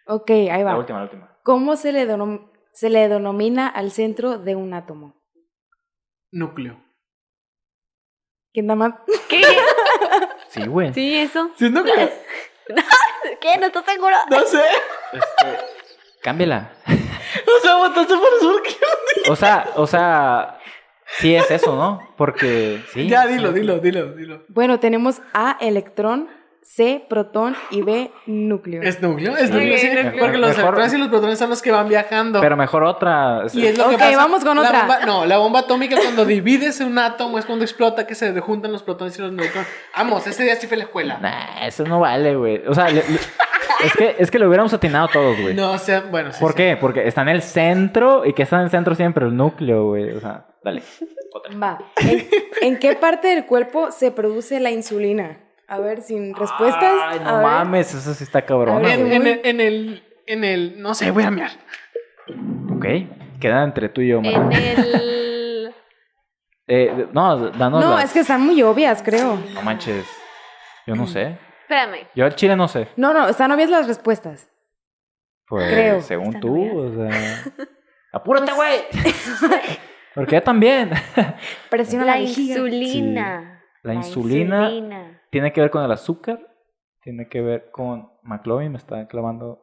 S4: Ok, ahí
S2: La
S4: va.
S2: última, la última.
S4: ¿Cómo se le, denom- se le denomina al centro de un átomo?
S1: Núcleo.
S4: ¿Quién da más?
S3: ¿Qué?
S2: Sí, güey.
S3: Sí, eso.
S1: ¿Sí es núcleo?
S3: ¿Qué? ¿No estás seguro?
S1: No sé.
S2: Este, cámbiala.
S1: O sea, votaste por surqueo.
S2: O sea, o sea, sí es eso, ¿no? Porque sí.
S1: Ya,
S2: sí.
S1: dilo, dilo, dilo, dilo.
S4: Bueno, tenemos A, electrón, C, protón y B, núcleo.
S1: Es núcleo, es
S2: Sí.
S1: núcleo, sí,
S2: Mejor-
S1: porque los
S2: mejor-
S1: electrones y los protones son los que van viajando.
S2: Pero mejor otra.
S1: y es lo que
S4: Ok,
S1: pasa.
S4: vamos con
S1: La
S4: otra.
S1: bomba- no, la bomba atómica cuando divides un átomo es cuando explota que se juntan los protones y los neutrones. Vamos, ese día sí fue a la escuela.
S2: Nah, eso no vale, güey. O sea, le- le- es que es que lo hubiéramos atinado todos, güey.
S1: No, o sea, bueno, sí.
S2: ¿Por
S1: sí.
S2: qué? Porque está en el centro y que está en el centro siempre, el núcleo, güey. O sea, dale.
S4: Va. ¿En, en qué parte del cuerpo se produce la insulina? A ver, sin respuestas.
S2: Ay,
S4: a
S2: no
S4: ver.
S2: mames, eso sí está cabrón.
S4: A ver,
S1: En,
S2: güey.
S1: en el, en el, en el- no sé, voy a mirar.
S2: Ok, queda entre tú y yo,
S4: Eh,
S2: man.
S3: En el...
S2: Eh, no, danos
S4: No,
S2: las-
S4: es que están muy obvias, creo.
S2: No manches. Yo no sé.
S3: Espérame.
S2: Yo al chile no sé.
S4: No, no, están obvias las respuestas.
S2: Pues,
S4: Creo.
S2: según
S3: Están
S2: tú, o
S3: novias.
S2: sea. ¡Apúrate, güey! Porque yo también.
S4: Presiona la,
S3: La
S4: vejiga.
S3: insulina.
S2: La insulina tiene que ver con el azúcar, tiene que ver con... McLovin me está clavando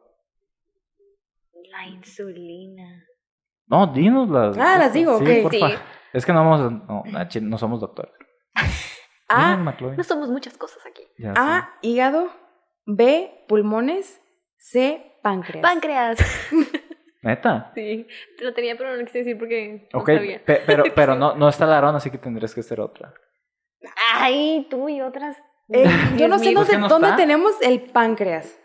S3: La insulina.
S2: No, dinoslas.
S4: Ah, las digo,
S2: sí,
S4: ok.
S2: porfa.
S3: Sí.
S2: Es que no vamos, a- no, al chile no somos doctores.
S4: A,
S2: Dinos, McLovin.
S3: No somos muchas cosas aquí.
S2: Ya sé.
S4: A, hígado. B, pulmones. C, páncreas.
S3: Páncreas.
S2: Neta.
S3: sí. Lo tenía, pero no lo quise decir porque
S2: Ok,
S3: no sabía.
S2: pe- pero, pero no, no está Larón, así que tendrías que ser otra.
S3: Ay, tú y otras.
S4: Eh, yo
S3: Dios
S4: no sé
S3: mío.
S2: ¿Por qué
S4: dónde,
S2: no
S4: dónde
S2: está?
S4: tenemos el páncreas.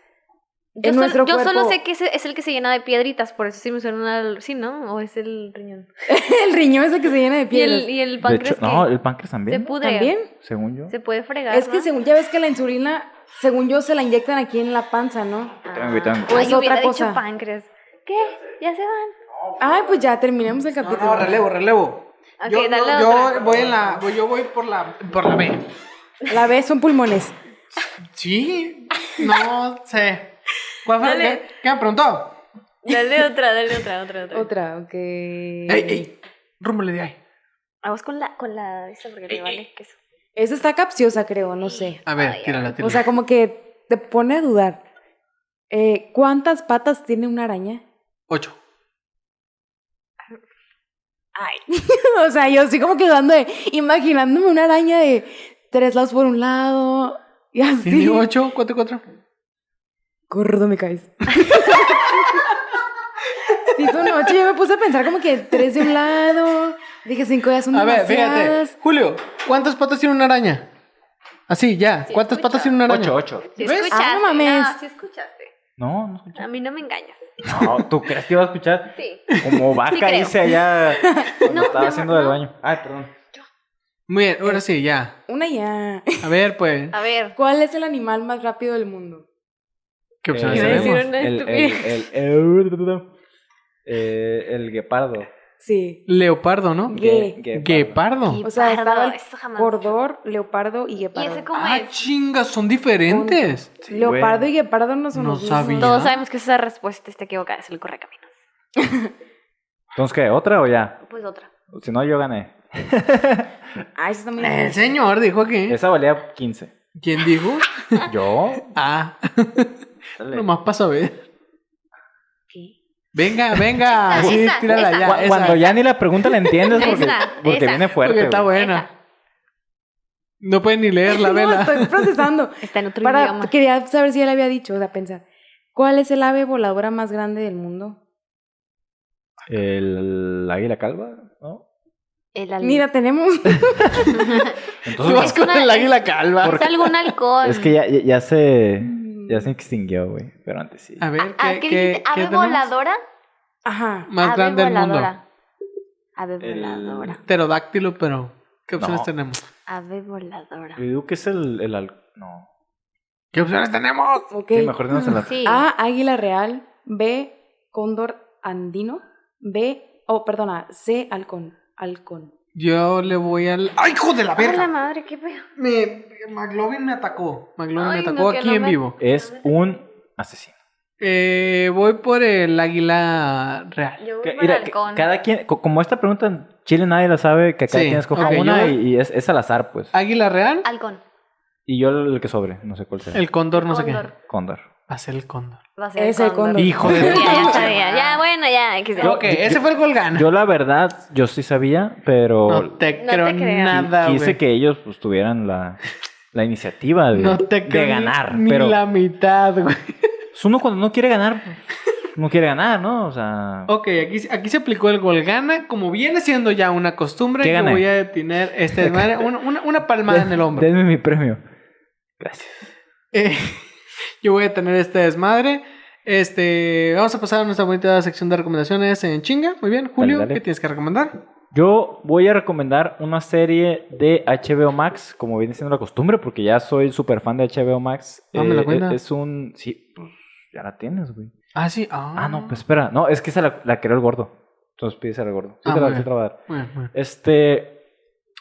S3: Yo,
S4: en
S3: sol-
S4: nuestro
S3: yo solo
S4: cuerpo.
S3: sé que ese es el que se llena de piedritas, por eso sí me suena al... Sí, ¿no? O es el riñón.
S4: el riñón es el que se llena de
S3: Y el,
S4: piel.
S3: y el
S2: De
S3: páncreas
S2: hecho, no,
S3: que
S2: el páncreas
S3: se
S2: también,
S3: pudre.
S4: ¿También?
S2: según yo.
S3: Se puede fregar,
S4: Es que
S3: ¿no?
S4: según, ya ves que la insulina, según yo, se la inyectan aquí en la panza, ¿no?
S2: Tengo que- tengo que-
S3: Ah. Ay,
S4: Es otra
S3: hubiera
S4: cosa.
S3: dicho páncreas. ¿Qué? ¿Ya se van?
S4: Ay, pues ya terminamos el
S1: No,
S4: capítulo.
S1: no, relevo, relevo.
S3: Ok,
S1: yo,
S3: dale
S1: yo-
S3: otra.
S1: yo voy en la, voy- yo voy por la, por la B.
S4: La B son pulmones.
S1: Sí, no sé. ¿Cuál fue?
S3: Dale.
S1: ¿Qué, qué me preguntó?
S3: Dale otra, dale otra, otra, otra.
S4: Otra, ok.
S1: Ey, ey, rúmbale de ahí.
S3: Vamos con la, con la esta porque me vale queso.
S4: Esa está capciosa, creo, no sé.
S1: A ver,
S3: Ay,
S1: tírala, tírala.
S4: O sea, como que te pone a dudar. Eh, ¿Cuántas patas tiene una araña?
S1: Ocho.
S3: Ay,
S4: o sea, yo estoy como que dudando de, imaginándome una araña de tres lados por un lado y así.
S1: ¿Tiene ocho? ¿Cuatro, cuatro?
S4: Gordo me caes. Sí, son ocho. Yo me puse a pensar como que tres de un lado. Dije cinco ya son
S1: A ver,
S4: demasiadas.
S1: fíjate. Julio, ¿cuántas patas tiene una araña? Así, ya.
S3: Sí,
S1: ¿Cuántas
S3: escucha.
S1: patas tiene una araña?
S2: Ocho, ocho.
S3: si
S1: ¿Ves?
S3: escuchaste.
S4: Ah, no mames.
S3: No, si escuchaste.
S2: No, no escuché.
S3: A mí no me engañas.
S2: No, ¿tú crees que iba a escuchar?
S3: Sí.
S2: Como
S3: Sí
S2: vaca
S3: creo.
S2: hice allá cuando
S3: No,
S2: estaba
S3: mi
S2: haciendo
S3: amor,
S2: del
S3: no.
S2: baño. Ay, perdón.
S1: Muy bien, ahora sí, ya.
S4: Una ya.
S1: A ver, pues,
S3: A ver.
S4: ¿Cuál es el animal más rápido del mundo?
S2: Eh,
S1: ¿qué opciones
S3: iba a decir
S1: tenemos?
S3: una
S2: el, el, el,
S3: estupidez.
S2: el- eh, el guepardo.
S4: Sí.
S1: Leopardo, ¿no?
S4: Gue-
S1: Guepardo.
S4: O sea, estaba el
S3: eso jamás.
S4: Cordor, leopardo y
S3: ¿Y
S4: guepardo.
S3: ese cómo
S1: Ah,
S3: es?
S1: chingas, son diferentes.
S2: Sí,
S4: leopardo
S2: güey.
S4: y guepardo no son
S1: No
S4: los mismos.
S1: sabía. Ya.
S3: Todos sabemos que esa respuesta está equivocada, es el correcaminos.
S2: Entonces, ¿qué? ¿Otra o ya?
S3: Pues otra.
S2: Si no, yo gané.
S4: Ah, eso está muy
S1: El señor dijo que.
S2: Esa valía 15.
S1: ¿Quién dijo?
S2: ¿Yo?
S1: Ah,
S2: Dale.
S1: nomás para saber.
S3: ¿Qué?
S1: Venga, venga,
S3: Esa,
S1: sí,
S3: esa,
S1: tírala
S3: esa.
S1: ya.
S2: Cu-
S1: esa.
S2: Cuando ya ni la pregunta la entiendes porque,
S3: Esa,
S2: porque
S3: esa.
S2: viene fuerte.
S1: Porque está
S2: güey.
S1: buena. No pueden ni leer la
S4: No,
S1: vela.
S4: estoy procesando.
S3: Está en otro
S4: Para,
S3: idioma.
S4: quería saber si ya le había dicho, o sea, pensar. ¿Cuál es el ave voladora más grande del mundo?
S2: El águila calva, ¿no?
S3: El al-
S4: Mira, tenemos.
S1: Tú vas
S2: Entonces,
S3: Es que
S1: con
S3: una-
S1: el águila calva.
S3: Es algún alcohol.
S2: es que ya, ya, ya se ya
S4: Mm.
S2: se extinguió, güey, pero antes sí.
S1: A ver,
S3: Ah,
S1: ¿qué,
S3: ¿qué
S1: qué-
S3: dijiste?
S1: qué
S3: Ave
S1: tenemos?
S3: voladora.
S4: Ajá.
S1: Más
S3: ave
S1: grande del mundo.
S3: voladora. Ave
S2: El-
S3: voladora.
S1: Pterodáctilo, pero ¿qué opciones
S2: No.
S1: tenemos?
S3: Ave voladora.
S2: Yo digo que es el, el al- no.
S1: ¿Qué opciones tenemos?
S4: Ok.
S2: Sí, mejor no se la
S3: Sí.
S4: A, águila real. B, cóndor andino. B, oh, perdona, C, halcón. Halcón.
S1: Yo le voy al. ¡Ay, hijo de la
S3: ¡A la
S1: verga!
S3: madre, qué pedo!
S1: Me... McLovin me atacó. McLovin
S3: Ay,
S1: me
S3: no,
S1: atacó
S3: que
S1: aquí
S3: no
S1: en
S3: me-
S1: vivo.
S2: Es un asesino.
S1: Eh, voy por el águila real.
S3: Yo voy
S2: Que-
S3: por
S2: mira, que
S3: halcón.
S2: cada quien, co- como esta pregunta en Chile nadie la sabe, que cada
S1: Sí,
S2: quien escoja
S1: ok,
S2: una
S1: yo-
S2: y, y es, es al azar, pues.
S1: ¿Águila real?
S3: Halcón.
S2: Y yo el que sobre, no sé cuál será.
S1: El cóndor, no sé
S3: Cóndor.
S1: qué.
S2: cóndor.
S1: Va a ser el cóndor.
S3: Va a ser
S4: Es el cóndor.
S1: Hijo de
S3: Ya,
S1: tu
S3: ya
S1: pinche
S3: sabía.
S1: madre.
S3: Ya, bueno, ya. X.
S2: Yo-
S1: ok, ese fue el Golgana.
S2: Yo la verdad, yo sí sabía, pero
S1: no te
S3: No te
S1: creo
S3: creo.
S1: nada,
S2: quise
S1: güey.
S2: que ellos pues tuvieran la, la iniciativa de,
S1: No te
S2: de
S1: creo ni-
S2: ganar.
S1: ni
S2: pero
S1: la mitad, güey.
S2: pues, uno cuando no quiere ganar, pues, no quiere ganar, ¿no? O sea,
S1: Ok, aquí, aquí se aplicó el Golgana. Como viene siendo ya una costumbre,
S2: ¿Qué
S1: yo
S2: gané?
S1: voy a detener este desmadre. Una, una- una palmada en el hombro.
S2: denme mi premio. Gracias.
S1: Eh, yo voy a detener este desmadre. Este, vamos a pasar a nuestra bonita sección de recomendaciones en chinga. Muy bien, Julio,
S2: dale.
S1: ¿qué tienes que recomendar?
S2: Yo voy a recomendar una serie de HBO Max, como viene siendo la costumbre, porque ya soy súper fan de HBO Max. Eh,
S1: Ah, ¿me la cuenta?
S2: es un... Sí, pues ya la tienes, güey.
S1: Ah, sí. Ah,
S2: Ah, no, pues espera. No, es que esa la, la creó el gordo. Entonces pides al gordo. Sí,
S1: Ah,
S2: te la-
S1: muy bien.
S2: sí te la voy a dar.
S1: Muy bien, muy bien.
S2: Este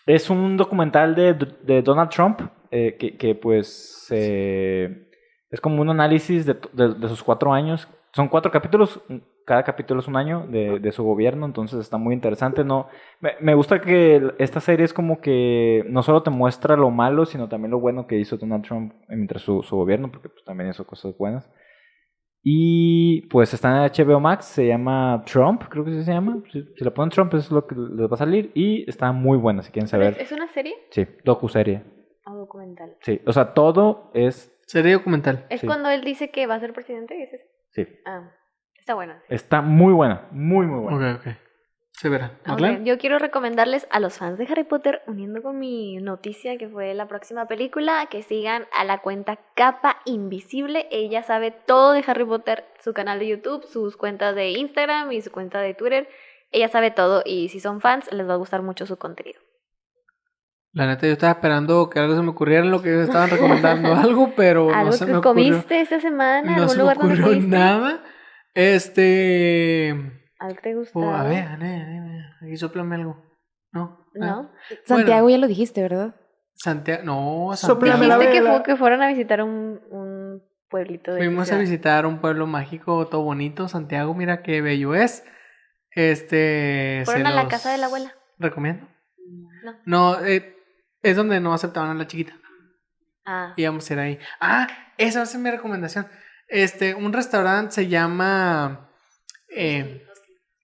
S2: es un documental de, de Donald Trump eh, que, que, pues eh, es como un análisis de, de- de sus cuatro años. Son cuatro capítulos, cada capítulo es un año de, de su gobierno, entonces está muy interesante. No, me, me gusta que esta serie es como que no solo te muestra lo malo, sino también lo bueno que hizo Donald Trump mientras su, su gobierno, porque pues, también hizo cosas buenas. Y pues está en HBO Max, se llama Trump, creo que sí se llama. Si, si le ponen Trump, eso es lo que les va a salir. Y está muy buena, si quieren
S3: ¿Es,
S2: saber.
S3: es una serie
S2: Sí, docuserie.
S3: o documental?
S2: Sí, o sea, todo es.
S1: Serie documental.
S3: Es
S2: Sí.
S3: cuando él dice que va a ser presidente. ¿Es ese?
S2: Sí,
S3: Ah, está buena.
S2: está muy buena, muy, muy buena.
S1: Ok, ok. Se verá.
S3: Ok,
S1: ¿Marlene?
S3: Yo quiero recomendarles a los fans de Harry Potter, uniendo con mi noticia que fue la próxima película, que sigan a la cuenta Capa Invisible. Ella sabe todo de Harry Potter, su canal de YouTube, sus cuentas de Instagram y su cuenta de Twitter. Ella sabe todo y si son fans les va a gustar mucho su contenido.
S1: La neta, yo estaba esperando que algo se me ocurriera en lo que ellos estaban recomendando algo, pero
S3: ¿Algo
S1: no se
S3: que
S1: me ocurrió.
S3: comiste esta semana?
S1: No
S3: ¿Algún
S1: se me
S3: lugar donde
S1: ocurrió
S3: comiste?
S1: nada. Este.
S3: ¿Algo que te gustó?
S1: pues, a ver, a ver, a ver, aquí soplame algo. No. nada.
S3: ¿No?
S4: Santiago
S1: Bueno.
S4: ya lo dijiste, ¿verdad?
S1: Santiago. No,
S2: Sóplame
S1: Santiago.
S2: la
S3: Dijiste que,
S2: vela.
S3: fue- que fueron a visitar un, un pueblito de tu
S1: Fuimos a
S3: ciudad.
S1: visitar un pueblo mágico, todo bonito, Santiago, mira qué bello es. Este.
S3: Fueron
S1: se
S3: a la
S1: los
S3: casa de la abuela.
S1: Recomiendo.
S3: No.
S1: No, eh, es donde no aceptaban a la chiquita.
S3: Ah.
S1: íbamos a ir ahí. Ah, esa va a ser mi recomendación. Este, un restaurante se llama eh,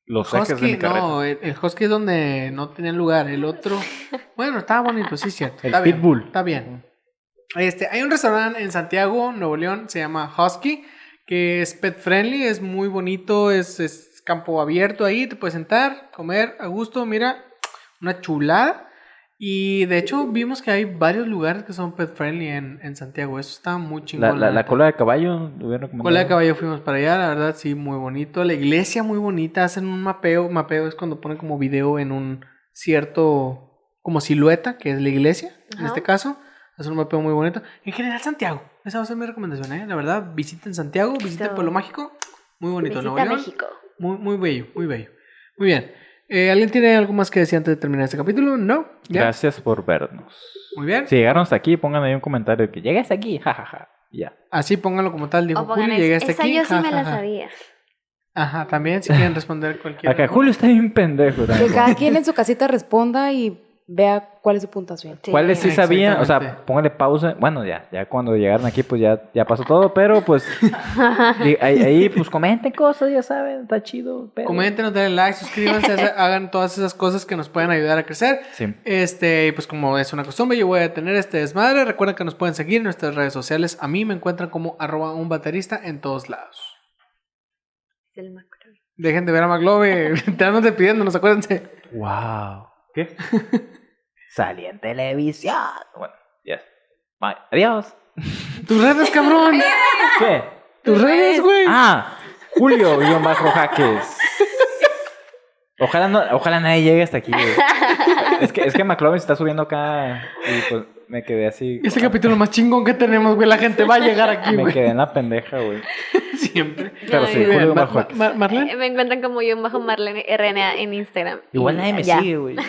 S2: Los ejes de mi
S1: Husky.
S2: carreta.
S1: No, el, el Husky es donde no tenía lugar. El otro, bueno, estaba bonito, sí, es cierto.
S2: El
S1: está bien,
S2: Pitbull.
S1: está bien. Este, hay un restaurante en Santiago, Nuevo León, se llama Husky, que es pet friendly, es muy bonito, es, es campo abierto ahí, te puedes sentar, comer a gusto, mira, una chulada. Y de hecho vimos que hay varios lugares que son pet friendly en, en Santiago, eso está muy
S2: La,
S1: chingón.
S2: la, la
S1: neta.
S2: cola de caballo, lo hubiera recomendado.
S1: Cola de caballo fuimos para allá, la verdad sí, muy bonito. La iglesia muy bonita, hacen un mapeo. Mapeo es cuando ponen como video en un cierto, como silueta, que es la iglesia, en
S3: Ajá.
S1: este caso. Hacen un mapeo muy bonito. En general, Santiago, esa va a ser mi recomendación, ¿eh? La verdad, visiten Santiago, visiten
S3: Listo.
S1: Pueblo Mágico, muy bonito. Nuevo
S3: Visita
S1: León,
S3: México.
S1: Muy, muy bello, muy bello. Muy bien. Eh, ¿Alguien tiene algo más que decir antes de terminar este capítulo? No. ¿Ya?
S2: Gracias por vernos.
S1: Muy bien.
S2: Si llegaron hasta aquí, pongan ahí un comentario de que llegas aquí, jajaja. Ya.
S1: Así pónganlo como tal, dijo
S3: O pongan
S1: Julio,
S3: es-
S1: llegué hasta
S3: esa
S1: aquí.
S3: yo sí
S1: ja,
S3: me
S1: ja,
S3: la
S1: ja".
S3: sabía.
S1: Ajá, también si quieren responder cualquier
S2: Acá Julio está bien pendejo.
S4: Que
S2: también.
S4: cada quien en su casita responda y vea cuál es su puntuación.
S2: ¿Cuáles sí sabían? O sea,
S1: Exactamente.
S2: póngale pausa. Bueno, ya, ya cuando llegaron aquí, pues ya, ya pasó todo, pero pues di- ahí, ahí, pues comenten cosas, ya saben, está chido. pero-
S1: Comenten, denle like, suscríbanse, hace- hagan todas esas cosas que nos pueden ayudar a crecer.
S2: Sí.
S1: Este, y pues como es una costumbre, yo voy a tener este desmadre. Recuerden que nos pueden seguir en nuestras redes sociales. A mí me encuentran como arroba un baterista en todos lados.
S3: Del macro.
S1: Dejen de ver a McLove, te andan despidiéndonos, acuérdense.
S2: Wow. ¿Qué? Salí en televisión. Bueno, ya. Bye. Adiós.
S1: Tus redes, cabrón.
S2: ¿Qué?
S1: Tus redes, güey.
S2: Ah, Julio guión bajo Jaques. Ojalá, no, ojalá nadie llegue hasta aquí. güey. Es que, es que McLovin se está subiendo acá y pues me quedé así.
S1: Este capítulo más chingón que tenemos, güey. La gente va a llegar aquí,
S2: Me
S1: güey.
S2: quedé en la pendeja, güey.
S1: Siempre.
S2: Pero sí,
S3: Muy
S1: Bien,
S2: Julio
S1: Mar-
S2: bajo Jaques.
S1: Mar- Marlene.
S3: Eh, Me encuentran como yo bajo Marlene RNA en Instagram.
S2: Igual
S3: Y
S2: nadie me
S3: ya.
S2: sigue, güey.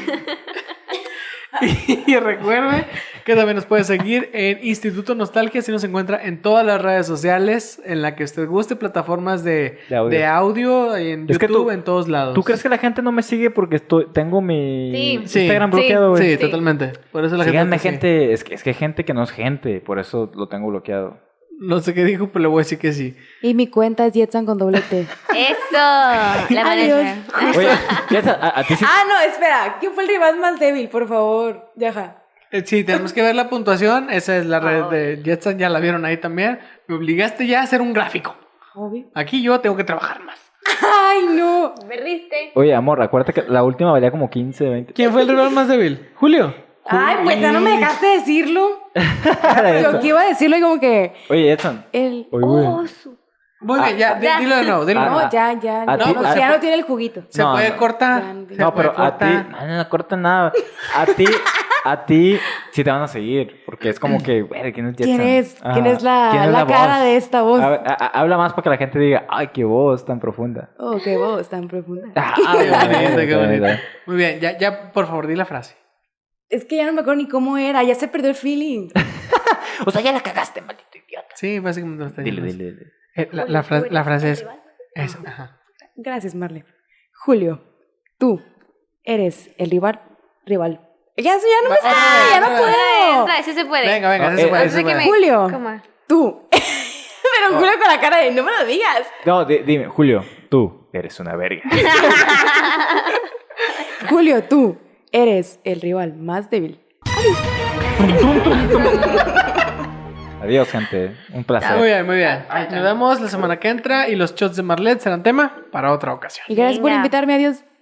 S1: Y recuerde que también nos puede seguir en Instituto Nostalgia, si nos encuentra en todas las redes sociales, en la que usted guste, plataformas de,
S2: De audio.
S1: de audio, en
S2: Es que
S1: YouTube,
S2: tú-
S1: en todos lados.
S2: ¿Tú crees que la gente no me sigue porque estoy, tengo mi
S3: Sí.
S1: Sí.
S2: Instagram
S3: Sí.
S2: bloqueado, güey?
S1: Sí,
S3: Sí.
S1: totalmente. Por eso la
S2: Síganme,
S1: sí.
S2: gente. Es, que, es que hay gente que no es gente, por eso lo tengo bloqueado.
S1: No sé qué dijo, pero le voy a decir que sí.
S4: Y mi cuenta es Jetsan con doble T.
S3: Eso. La
S4: Adiós.
S3: manager.
S2: Oye, ya sa- a, a ti sí.
S4: Ah, no, espera. ¿Quién fue el rival más débil, por favor? Yaja.
S1: Eh, Sí, tenemos que ver la puntuación. Esa es la red de Jetson, ya la vieron ahí también. Me obligaste ya a hacer un gráfico.
S4: Obvio.
S1: Aquí yo tengo que trabajar más.
S4: ¡Ay, no!
S3: Perdiste.
S2: Oye, amor, acuérdate que la última valía como 15, 20.
S1: ¿Quién fue el rival más débil? Julio.
S4: Ay, pues ya no me dejaste decirlo.
S2: Eh,
S4: Yo que iba a decirlo y como que.
S2: Oye, Edson.
S4: El.
S2: Oye, güey.
S3: Oh, su-
S1: Muy bien, ya, di-
S3: Ya.
S1: dilo de nuevo, dilo de
S2: Ah,
S1: nuevo.
S4: No, ya, ya.
S2: a
S4: no,
S2: ti-
S4: no,
S2: a-
S4: ya no tiene el juguito.
S1: Se
S2: No,
S1: puede
S2: no.
S1: cortar.
S4: Ya,
S1: se
S2: No, pero
S1: puede
S2: a ti,
S1: cortar.
S2: no, no corta nada. A ti, a ti sí te van a seguir, porque es como que, güey, ¿quién es Jetson?
S4: ¿Quién es?
S2: Ajá.
S4: ¿Quién es la,
S2: Ah, ¿Quién es
S4: la
S2: voz?
S4: cara de esta voz?
S2: A ver, a- a- habla más para que la gente diga, ay, qué voz tan profunda.
S4: Oh, qué voz tan profunda.
S2: Ah,
S1: Qué
S2: la
S1: bonito,
S2: verga,
S1: qué bonito.
S2: la verga.
S1: Muy bien, ya, ya, por favor, di la frase.
S4: Es que ya no me acuerdo ni cómo era, ya se perdió el feeling.
S2: O sea, ya la cagaste, maldito idiota.
S1: Sí, básicamente lo está
S2: Dile,
S1: diciendo.
S2: dile, dile.
S1: Eh, la, la fra- la frase es... es- ajá.
S4: Gracias, Marle. Julio, tú eres el rival. Rival. Ya, ya no me
S1: Va-
S4: sale, ya no
S1: otra vez,
S3: Otra vez,
S4: puedo.
S3: otra vez, sí se puede.
S1: Venga, venga,
S2: No,
S1: sí se
S2: eh,
S1: puede,
S2: antes
S1: sí se
S3: de que
S1: puede.
S3: me-
S4: Julio,
S3: ¿Cómo?
S4: tú. pero Julio con la cara de no me lo digas.
S2: No, di- dime, Julio, tú eres una verga.
S4: Julio, tú eres el rival más débil.
S2: Adiós, gente. Un
S1: Muy
S2: placer.
S1: bien, muy bien. Nos vemos la semana que entra y los shots de Marlet serán tema para otra ocasión.
S4: Y gracias por
S3: Venga.
S4: invitarme, adiós.